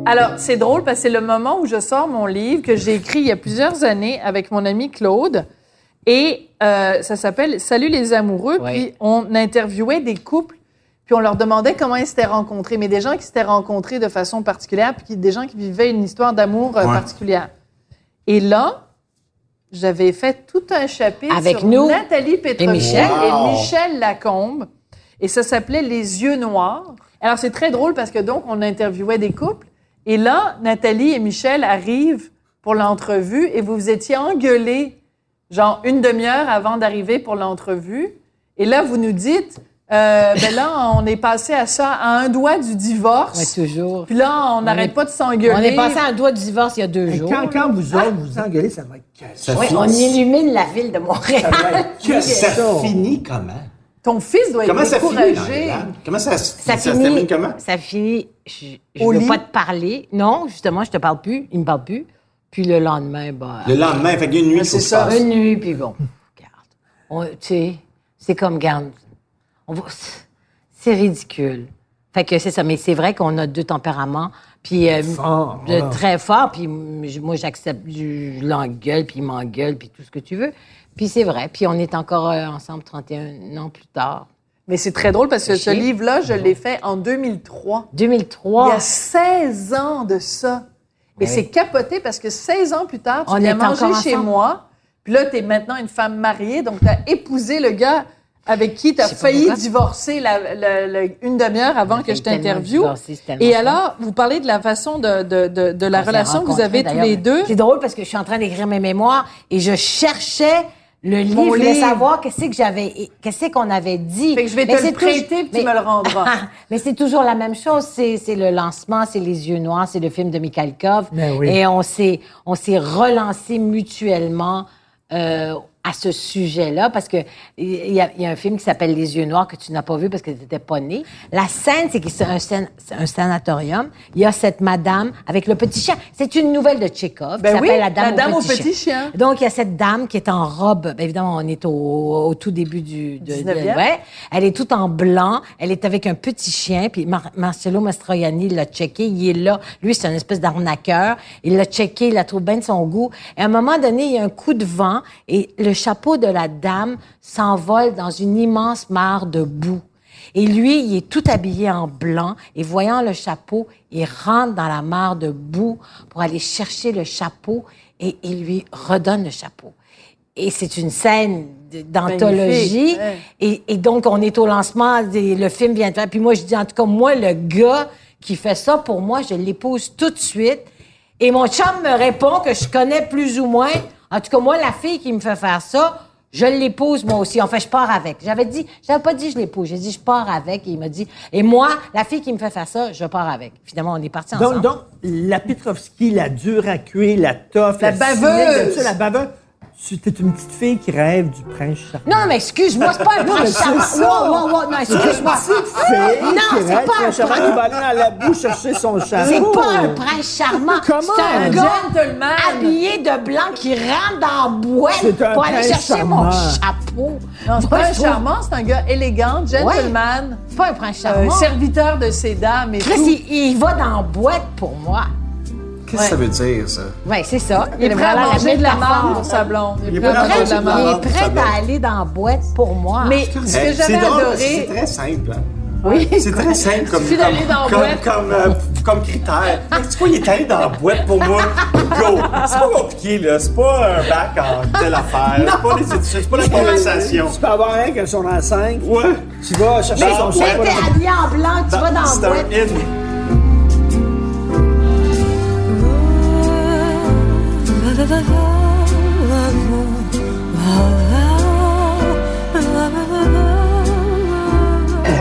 Alors, c'est drôle parce que c'est le moment où je sors mon livre que j'ai écrit il y a plusieurs années avec mon ami Claude. Et euh, ça s'appelle Salut les amoureux.
Ouais.
Puis on interviewait des couples, puis on leur demandait comment ils s'étaient rencontrés. Mais des gens qui s'étaient rencontrés de façon particulière, puis qui- des gens qui vivaient une histoire d'amour euh,
Ouais.
particulière. Et là, j'avais fait tout un chapitre
Avec
sur
nous
Nathalie Petrovic
Michel.
Wow.
et Michel Lacombe. Et ça s'appelait Les yeux noirs. Alors, c'est très drôle parce que donc, on interviewait des couples. Et là, Nathalie et Michel arrivent pour l'entrevue et vous vous étiez engueulés, genre une demi-heure avant d'arriver pour l'entrevue. Et là, vous nous dites, euh, ben là, on est passé à ça, à un doigt du divorce.
toujours.
Puis là, on n'arrête
est-
pas de s'engueuler.
On est passé à un doigt du divorce il y a deux
Mais
jours.
Quand, quand vous
Ah.
autres, vous engueulez, ça va être cassé.
Ça
Oui,
finit-
on illumine la ville de Montréal.
Que ça finit comment?
Ton fils doit être
Comment ça finit? dans les
découragé.
langues? Comment ça, ça
Ça,
se termine comment?
Ça finit. Je, je
Au
veux
lit.
pas te parler. Non, justement, je te parle plus. Il me parle plus. Puis le lendemain, bah.
Le lendemain, fait qu'il y a une nuit, il faut
c'est
que je
ça.
passe.
Une nuit, puis bon, regarde. On- Tu sais, c'est comme, garde. On va- c'est ridicule. Fait que c'est ça, mais c'est vrai qu'on a deux tempéraments, puis euh,
Fort,
de-
ouais.
très fort, puis m- je- moi j'accepte, je je l'engueule, puis il m'engueule, puis tout ce que tu veux. Puis c'est vrai, puis on est encore euh, ensemble 31 ans plus tard.
Mais c'est très drôle parce que ce
Chier.
livre-là, je l'ai fait en 2003.
2003,
Il y a 16 ans de ça. Et c'est capoté parce que 16 ans plus tard, tu
Ben On est
viens manger
encore
chez
ensemble.
moi. Puis là, tu es maintenant une femme mariée, donc tu as épousé le gars avec qui tu as
Je sais pas
failli
pourquoi.
divorcer la- la- la- une demi-heure avant que je
tellement
t'interviewe.
divorcé, c'est tellement
Et
fun.
alors, vous parlez de la façon de, de- de- de la
On s'est
relation que vous
rencontrés,
avez tous
d'ailleurs.
les deux.
C'est drôle parce que je suis en train d'écrire mes mémoires et je cherchais le livre,
Mon
je voulais
livre.
savoir qu'est-ce que j'avais, qu'est-ce qu'on avait dit.
Fait que je vais
Mais
te le
c'est toujours-
prêter puis tu me le rendras.
mais c'est toujours la même chose. C'est, c'est le lancement, c'est les yeux noirs, c'est le film de Mikhalkov.
Ben oui.
Et on s'est, on s'est relancé mutuellement. euh, à ce sujet-là, parce que il y, a- il y a un film qui s'appelle Les yeux noirs que tu n'as pas vu parce que tu n'étais pas né. La scène, c'est que c'est un, san- c'est un sanatorium. Il y a cette madame avec le petit chien. C'est une nouvelle de Tchekhov qui
Ben oui,
s'appelle La dame,
La dame
au,
au
petit
petit
chien.
chien.
Donc, il y a cette dame qui est en robe. Ben, évidemment, on est au, au tout début du... De, de-
19e.
ouais. Elle est toute en blanc. Elle est avec un petit chien. Puis Mar- Marcello Mastroianni l'a checké. Il est là. Lui, c'est un espèce d'arnaqueur. Il l'a checké. Il la trouve bien de son goût. Et à un moment donné, il y a un coup de vent et le chapeau de la dame s'envole dans une immense mare de boue. Et lui, il est tout habillé en blanc et voyant le chapeau, il rentre dans la mare de boue pour aller chercher le chapeau et il lui redonne le chapeau. Et c'est une scène de- d'anthologie.
Magnifique, ouais.
Et, et donc, on est au lancement, des- le film vient de faire. Puis moi, je dis, en tout cas, moi, le gars qui fait ça, pour moi, je l'épouse tout de suite. Et mon chum me répond que je connais plus ou moins. En tout cas, moi, la fille qui me fait faire ça, Je l'épouse moi aussi. Enfin, je pars avec. J'avais dit, j'avais pas dit je l'épouse. J'ai dit je pars avec. Et il m'a dit, et moi, la fille qui me fait faire ça, je pars avec. Finalement, on est parti ensemble.
Donc, donc, la Petrovski, la dure à cuire, la toffe,
La baveuse!
cynique, tout ça, la baveuse. Tu es une petite fille qui rêve du prince charmant.
Non, mais excuse-moi, c'est pas un prince charmant. Wow, wow, wow, non, excuse-moi. Non,
qui rêve
c'est pas un
du prince charmant qui va aller dans la boue chercher son charme.
C'est pas un prince charmant.
Comment?
C'est un
Un
gars
gentleman.
habillé de blanc qui rentre dans le bois
C'est un
pour aller
prince
chercher
charmant.
mon chapeau.
Non, c'est pas
Moi,
un
je trouve-
charmant, c'est un gars élégant, gentleman,
C'est pas un prince
euh,
charmant.
serviteur de ses dames et
Chris,
tout.
il, il va dans la boîte pour moi.
Qu'est-ce que ça veut dire, ça?
Oui, c'est ça.
Il est prêt à
vraiment
manger
mettre
de la
forme.
marde pour sa blonde. Il est prêt
Il est
à manger de la
prêt,
prendre
marde.
il est
marde pour sa
prêt
blonde.
à aller dans la boîte pour moi.
Mais ce que
Eh, c'est
j'avais
drôle, parce que
adoré...
c'est très simple. hein.
oui.
C'est très simple comme,
suffit d'aller dans la
comme,
boîte.
comme, comme, euh, comme critère. Mais tu vois, il est allé dans la boîte pour moi. Go! C'est pas compliqué, là. C'est pas un bac en telle affaire. C'est pas, les études, c'est pas la conversation.
Tu peux avoir un qui a son rang 5.
Ouais.
Tu vas chercher
Mais-
son
mais
Mais
charme.
t'es habillé en blanc, tu vas dans la
Bah, C'est un
boîte.
in.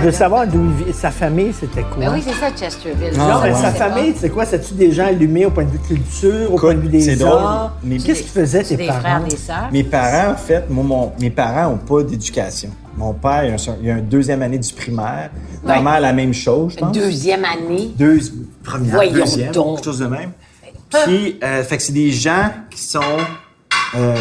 Je veux savoir d'où il vit. Sa famille, c'était quoi?
Ben oui, c'est ça, Chesterfield.
Non, mais
Je
sa
sais pas.
famille, c'est quoi? C'est-tu des gens allumés au point de vue culture, au point de vue
c'est
des
drôle,
arts?
mais-
Qu'est-ce qu'ils faisaient,
C'est
tes
des
parents?
frères, des sœurs.
Mes parents, en fait, moi, mon- mes parents n'ont pas d'éducation. Mon père, il a, un seul- il a une deuxième année du primaire. Ma
Ouais.
mère, la même chose, je pense.
Deuxième année.
Deux, première,
Voyons
deuxième,
donc. Ben,
quelque chose de même. Puis, euh, fait que c'est des gens qui sont... euh,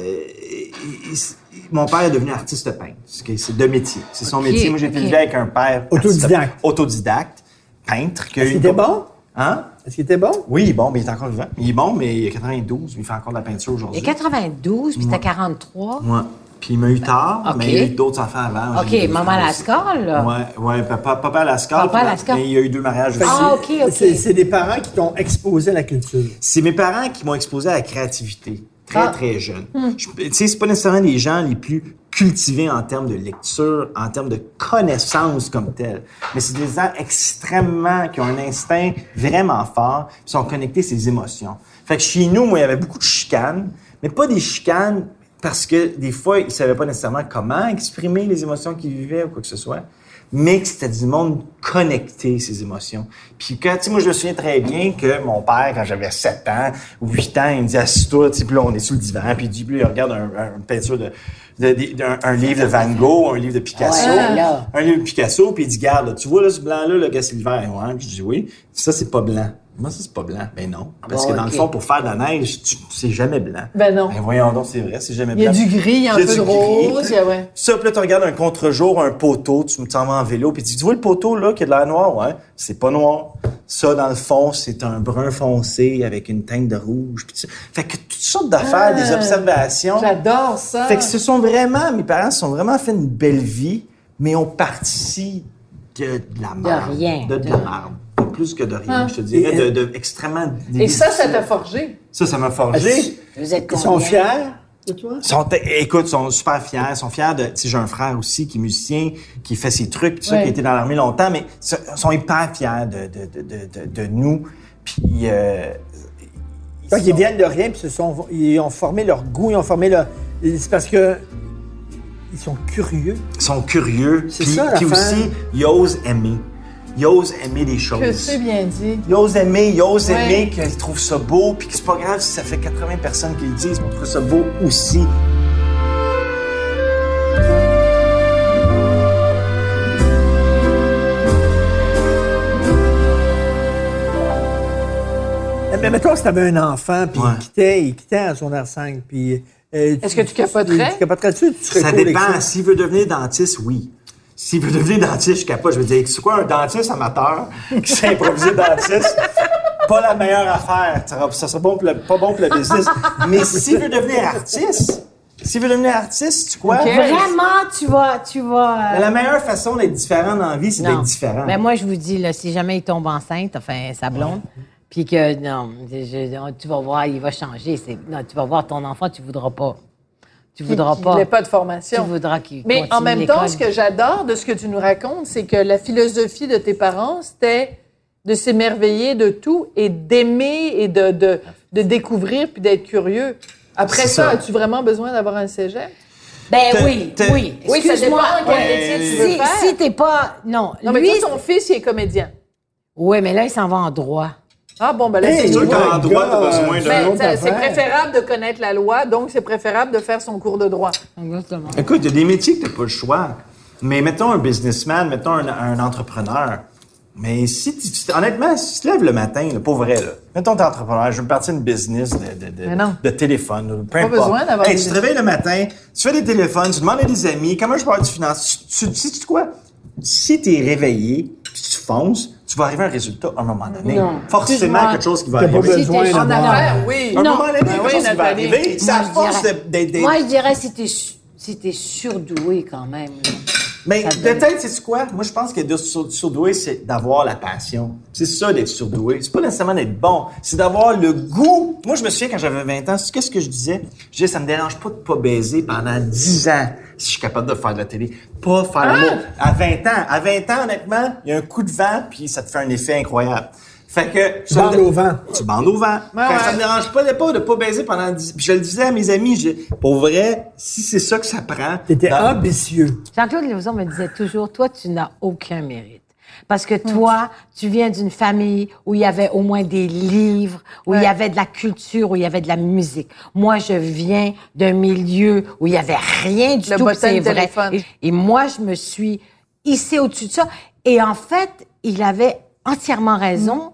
ils- ils- mon père est devenu artiste peintre. C'est que c'est de métier. C'est son métier. Moi, j'ai été
ok.
élevé avec un père... artiste-
Autodidacte.
Autodidacte, peintre. qui a eu
C'était
une-
bon?
Hein?
Est-ce qu'il était bon?
Oui, il est bon, mais il est encore vivant. Il est bon, mais il a 92, mais il fait encore de la peinture
Il
aujourd'hui.
est 92, puis t'as 43.
Ouais. Puis il m'a eu tard,
ok.
mais il a eu d'autres enfants avant.
OK,
J'ai eu deux
maman
enfants
Lascar, là.
aussi. Ouais, ouais, papa, papa Lascar.
Papa
puis la-
Lascar.
Mais il y a eu deux mariages aussi.
Ah, OK, OK.
C'est c'est des parents qui t'ont exposé à la culture.
C'est mes parents qui m'ont exposé à la créativité très, très jeune. Je- Tu sais, c'est pas nécessairement les gens les plus cultivés en termes de lecture, en termes de connaissances comme telles. Mais c'est des gens extrêmement, qui ont un instinct vraiment fort, qui sont connectés à ces émotions. Fait que chez nous, moi, il y avait beaucoup de chicanes, mais pas des chicanes parce que des fois, ils savaient pas nécessairement comment exprimer les émotions qu'ils vivaient ou quoi que ce soit mais que c'était du monde connecté, ses émotions. Puis quand, tu sais, moi, je me souviens très bien que mon père, quand j'avais 7 ans ou 8 ans, il me dit, assis-toi, tu sais, puis là, on est sous le divan, puis il dit, puis là, il regarde un, un- une peinture de, de- de- d'un- un, livre de Van Gogh, un livre de Picasso,
Ouais, là.
un livre de Picasso, puis il dit, garde, tu vois, là, ce blanc-là, le gars, c'est l'hiver, ouais, puis je dis, oui, ça, c'est pas blanc. Moi, ça, c'est pas blanc. Ben non. Parce
Bon,
que dans
ok.
le fond, pour faire de la neige, tu- c'est jamais blanc.
Ben non.
Ben voyons donc, c'est vrai, c'est jamais
Il y a
blanc.
du gris, il y a un peu
du
de
gris.
rose, il y a- ouais.
Ça, puis là, tu regardes un contre-jour, un poteau, tu me t'en vas en vélo, puis tu dis, tu vois le poteau, là, qui a de l'air noir? Ouais, c'est pas noir. Ça, dans le fond, c'est un brun foncé avec une teinte de rouge. Puis tu- Fait que toutes sortes d'affaires, des observations.
J'adore ça.
Fait que ce sont vraiment, mes parents se sont vraiment fait une belle vie, mais ont parti de, de la merde.
rien.
De, de la merde. Plus que de rien, je te dirais, de, de extrêmement.
Et ça, ça t'a forgé.
Ça, ça m'a forgé.
Vous êtes
Ils sont
combien?
fiers?
Sont, écoute, sont super fiers, sont fiers de. Tu sais, j'ai un frère aussi qui est musicien, qui fait ses trucs, tout ça,
Ouais.
qui a été dans l'armée longtemps, mais so- sont hyper fiers de, de, de, de, de, de nous. Puis. euh, ils
Donc,
sont-
ils viennent de rien, puis se sont, ils ont formé leur goût, ils ont formé leur... C'est parce que ils sont curieux.
sont curieux.
C'est
puis,
ça,
puis
l'affaire.
aussi, ils osent aimer. Ils osent aimer des choses.
Que c'est bien dit.
Ils osent aimer, ils osent
Ouais.
aimer qu'ils trouvent ça beau, puis que c'est pas grave si ça fait 80 personnes qui le disent, on trouve ça beau aussi.
Eh, Mais mettons, si t'avais un enfant, puis
Ouais.
il quittait, il quittait à son R5, puis... euh,
Est-ce que tu capoterais?
Tu capoterais-tu? Tu serais
Ça
cool avec
dépend. S'il veut devenir dentiste, oui. S'il veut devenir dentiste, je capote. Je veux dire, c'est quoi un dentiste amateur qui s'est improvisé dentiste? Pas la meilleure affaire. Ça sera- Ça sera bon pour le- pas bon pour le business. Mais s'il veut devenir artiste, s'il veut devenir artiste, tu quoi?
Ok.
Vraiment, tu vas, tu vas. euh,
La meilleure façon d'être différent dans la vie, c'est
Non.
d'être différent.
Ben, moi, je vous dis, là, si jamais il tombe enceinte, enfin, sa blonde, puis que, non, je- je- tu vas voir, il va changer. c'est- Non, tu vas voir ton enfant, tu voudras pas. Tu voudras
Il
pas.
voulait pas de
Tu
formation.
voudras qu'il
Mais en
continue
même temps,
l'école.
ce que j'adore de ce que tu nous racontes, c'est que la philosophie de tes parents, c'était de s'émerveiller de tout et d'aimer et de, de, de découvrir puis d'être curieux. Après
C'est
ça,
ça.
as-tu vraiment besoin d'avoir un cégep?
Ben
Te-
oui,
te-
oui.
Oui, ça
Excuse-moi.
dépend quel métier tu veux
Si,
faire.
si t'es pas. Non,
Non, mais
lui.
toi, ton fils, il est comédien.
Oui, mais là, il s'en va en droit.
Ah bon, ben là, c'est
Hey,
oh
sûr.
my
qu'en
God,
droit, t'as besoin d'un
un
Ben,
autre
ça- c'est
affaire.
préférable de connaître la loi, donc c'est préférable de faire son cours de droit.
Exactement.
Écoute, il y a des métiers que t'as pas le choix. Mais mettons un businessman, mettons un, un entrepreneur. Mais si, tu- tu- honnêtement, si tu te lèves le matin, là, pour vrai, là, mettons t'es entrepreneur, je veux partir une business de, de, de,
Mais non.
de téléphone, ou peu
Pas
importe.
besoin d'avoir
Hey,
des
tu te réveilles le matin, tu fais des téléphones, tu demandes à des amis, comment je peux avoir du finance? Tu, tu, sais-tu quoi? Si t'es réveillé, puis tu fonces, tu vas arriver à un résultat à un moment donné. Forcément,
Excuse-moi.
quelque chose qui va
T'as pas
arriver.
besoin
t'es-
En
Non.
d'avoir-
affaires, oui.
À un
Non.
moment donné,
Ben
quelque
oui,
chose qui va
Nathalie.
arriver. C'est
Moi,
à
je
force
dirais-
de- de- de-
Moi, je dirais si t'es su- si t'es surdoué quand même. là.
Mais
Ça donne-
peut-être, c'est quoi? Moi, je pense que d'être sur- surdoué, c'est d'avoir la passion. C'est ça, d'être surdoué. C'est pas nécessairement d'être bon. C'est d'avoir le goût. Moi, je me souviens quand j'avais 20 ans, c'est- qu'est-ce que je disais? Je disais, ça me dérange pas de pas baiser pendant 10 ans si je suis capable de faire de la télé. Pas faire l'amour. À 20 ans. À 20 ans, honnêtement, il y a un coup de vent, puis ça te fait un effet incroyable. Fait que. ça me
Bande
dé-
au vent.
tu bandes au vent. Fait que Ça me dérange pas de pas, de pas baiser pendant 10 Puis je le disais à mes amis, je- pour vrai, si c'est ça que ça prend.
T'étais
dans-
ambitieux.
Jean-Claude Lévison me disait toujours, toi, tu n'as aucun mérite. Parce que toi, tu viens d'une famille où il y avait au moins des livres, où il y avait de la culture, où il y avait de la musique. Moi, je viens d'un milieu où il y avait rien du
Le
tout,
bottin
puis c'est
de
vrai.
téléphone.
Et, et moi, je me suis hissée au-dessus de ça. Et en fait, il avait entièrement
Mm.
raison.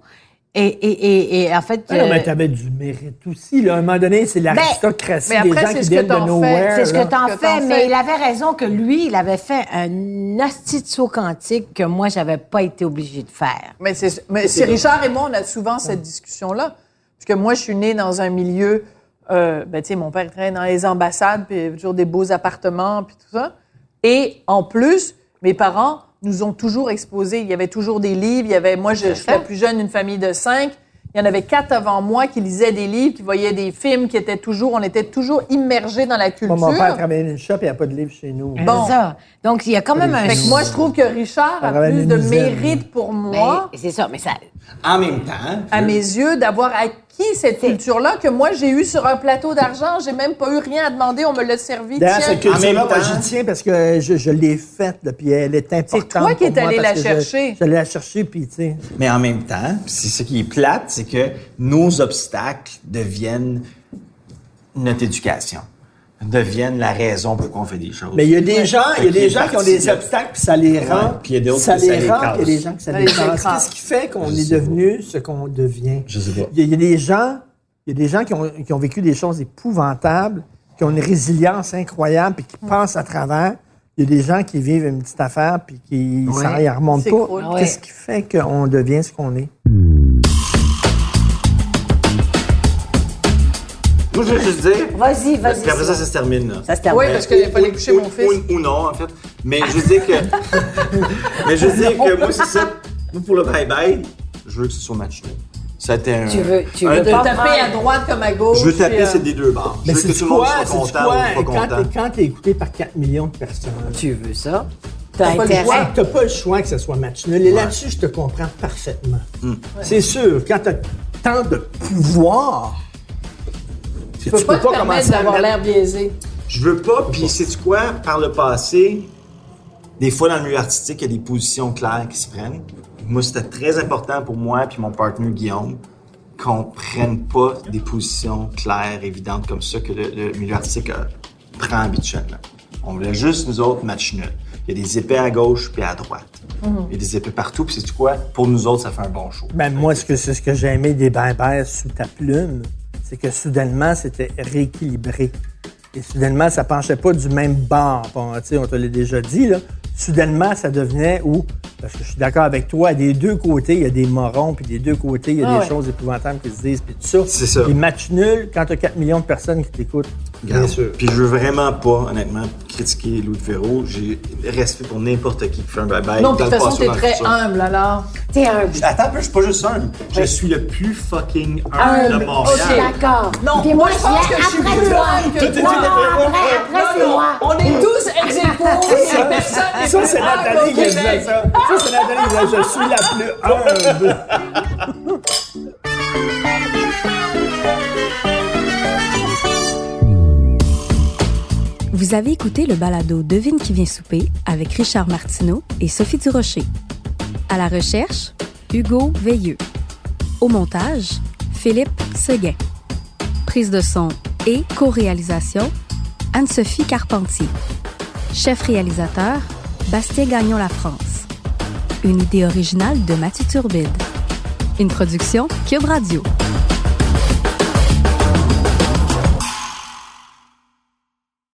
Et, et, et, et en fait...
Ah non, mais
euh,
t'avais du mérite aussi. Là. À un moment donné, c'est l'aristocratie
Ben, mais
des
après,
gens
c'est
qui
ce que
viennent de
t'en
nowhere.
fais.
C'est ce que
là.
t'en
Que
fais,
t'en
mais
fais.
il avait raison que lui, il avait fait un asti de saut quantique que moi, j'avais pas été obligée de faire.
Mais c'est, mais c'est Richard et moi, on a souvent cette discussion-là. Parce que moi, je suis née dans un milieu, euh, ben, tu sais, mon père traîne dans les ambassades, puis il y avait toujours des beaux appartements, puis tout ça. Et en plus, mes parents nous ont toujours exposés. Il y avait toujours des livres. Il y avait, moi, je, je suis la plus jeune d'une famille de cinq. Il y en avait quatre avant moi qui lisaient des livres, qui voyaient des films, qui étaient toujours, on était toujours immergés dans la culture.
Moi, mon père travaillait dans une shop et il n'y a pas de livre chez nous.
Bon.
C'est ça. Donc, il y a quand même un.
Fait que moi, je trouve que Richard
Ça
a
ramène
plus
une
de
dizaine.
mérite pour
Mais-
Ben,
moi.
C'est ça, mais ça.
En même temps,
à mes yeux, d'avoir acquis cette culture-là que moi, j'ai eue sur un plateau d'argent. J'ai même pas eu rien à demander. On me l'a servi.
D'ailleurs,
tiens.
cette
En
culture-là,
même
moi,
temps-
j'y tiens parce que je, je l'ai faite, là, puis elle est importante.
toi qui
pour
es
moi
allé
parce
la
que je-
chercher.
Je, l'ai la chercher, puis tu sais.
Mais en même temps, pis c'est ce qui est plate, c'est que nos obstacles deviennent notre éducation, deviennent la raison pourquoi on fait des choses.
Mais il y a des gens, il y a
Fait
des
qu'il
gens qui ont
parti
des
de-
obstacles, puis ça les rend.
Ouais, puis il y a d'autres
ça
que ça
les
les
rend,
casse.
il y a des gens que ça
Ça
les
les
casse.
écrase.
Qu'est-ce qui fait qu'on
Je
est
sais
devenu ce qu'on devient?
Je sais pas.
Il y, a- il y a des gens, il y a des gens qui ont, qui ont vécu des choses épouvantables, qui ont une résilience incroyable, puis qui pensent à travers. Il y a des gens qui vivent une petite affaire, puis qui
Ouais.
ça, ils remontent
C'est
pas.
cool.
Ah ouais.
Qu'est-ce qui fait qu'on devient ce qu'on est?
Moi, je veux juste dire.
Vas-y,
Parce
vas-y.
qu'après ça, ça se termine. Là.
Ça se termine.
Oui, parce que j'ai pas
Ou-
aller coucher mon
ou-
fils.
Ou, ou non, en fait. Mais je veux dire que. mais je veux dire que moi, c'est ça. Moi, pour le bye-bye, je veux que ce soit match nul. Ça a été un.
Tu veux- tu
un-
veux
De
pas
taper à droite comme à gauche.
Je veux taper,
puis, euh,
c'est des deux barres.
Mais
je veux
c'est
que tout le monde
quoi?
soit
c'est-tu
content
quoi?
ou pas
Quand
content.
t'es- Quand t'es écouté par 4 millions de personnes,
Tu veux ça?
t'as
T'as
pas, le
intérêt.
choix- t'as pas le choix que ce soit match nul. Et là-dessus, je te comprends parfaitement.
Mm.
C'est sûr, quand t'as tant de pouvoir,
Tu peux pas te permettre d'avoir
à
l'air biaisé.
Je veux pas, puis sais-tu quoi? Par le passé, des fois dans le milieu artistique, il y a des positions claires qui se prennent. Moi, c'était très important pour moi puis mon partenaire Guillaume qu'on prenne pas des positions claires, évidentes comme ça que le, le milieu artistique euh, prend habituellement. On voulait juste, nous autres, match nul. Il y a des épées à gauche puis à droite. Il y a des épées partout, puis sais-tu quoi? Pour nous autres, ça fait un bon show.
Ben, moi, ce que, c'est ce que j'ai aimé des berbères sous ta plume, c'est que soudainement, c'était rééquilibré. Et soudainement, ça penchait pas du même bord. Bon, tu sais, on te l'a déjà dit, là. Soudainement, ça devenait où? Parce que je suis d'accord avec toi, des deux côtés, il y a des morons, puis des deux côtés, il y a
Ah
des
ouais.
choses épouvantables qui se disent, puis tout ça.
C'est ça.
Les matchs nuls, quand t'as 4 millions de personnes qui t'écoutent, bien
Regarde,
sûr.
Puis je veux vraiment pas, honnêtement, critiquer Louis de Véro. J'ai respect pour n'importe qui qui fait un bye-bye.
Non,
dans
puis de
le
toute façon,
passé ou
t'es
dans le
très
futur.
humble, alors.
T'es un.
Attends, un peu, je suis pas juste humble. Je suis le plus fucking humble de
Humble.
Montréal.
D'accord.
Non,
Puis
moi,
moi,
je
je
pense
viens
que je suis
après
plus
toi.
humble que
Non,
toi.
non, après, après, c'est moi.
On est tous ex aequo. Personne n'est
Ça,
plus
c'est
humble
Nathalie
au
qui a dit
Québec.
ça. Ça, c'est Nathalie qui a dit Je suis la plus humble.
Vous
Vous avez écouté le balado Devine qui vient souper avec Richard Martineau et Sophie Durocher. À la recherche, Hugo Veilleux. Au montage, Philippe Seguin. Prise de son et co-réalisation, Anne-Sophie Carpentier. Chef réalisateur, Bastien Gagnon La France. Une idée originale de Mathieu Turbide. Une production Cube Radio.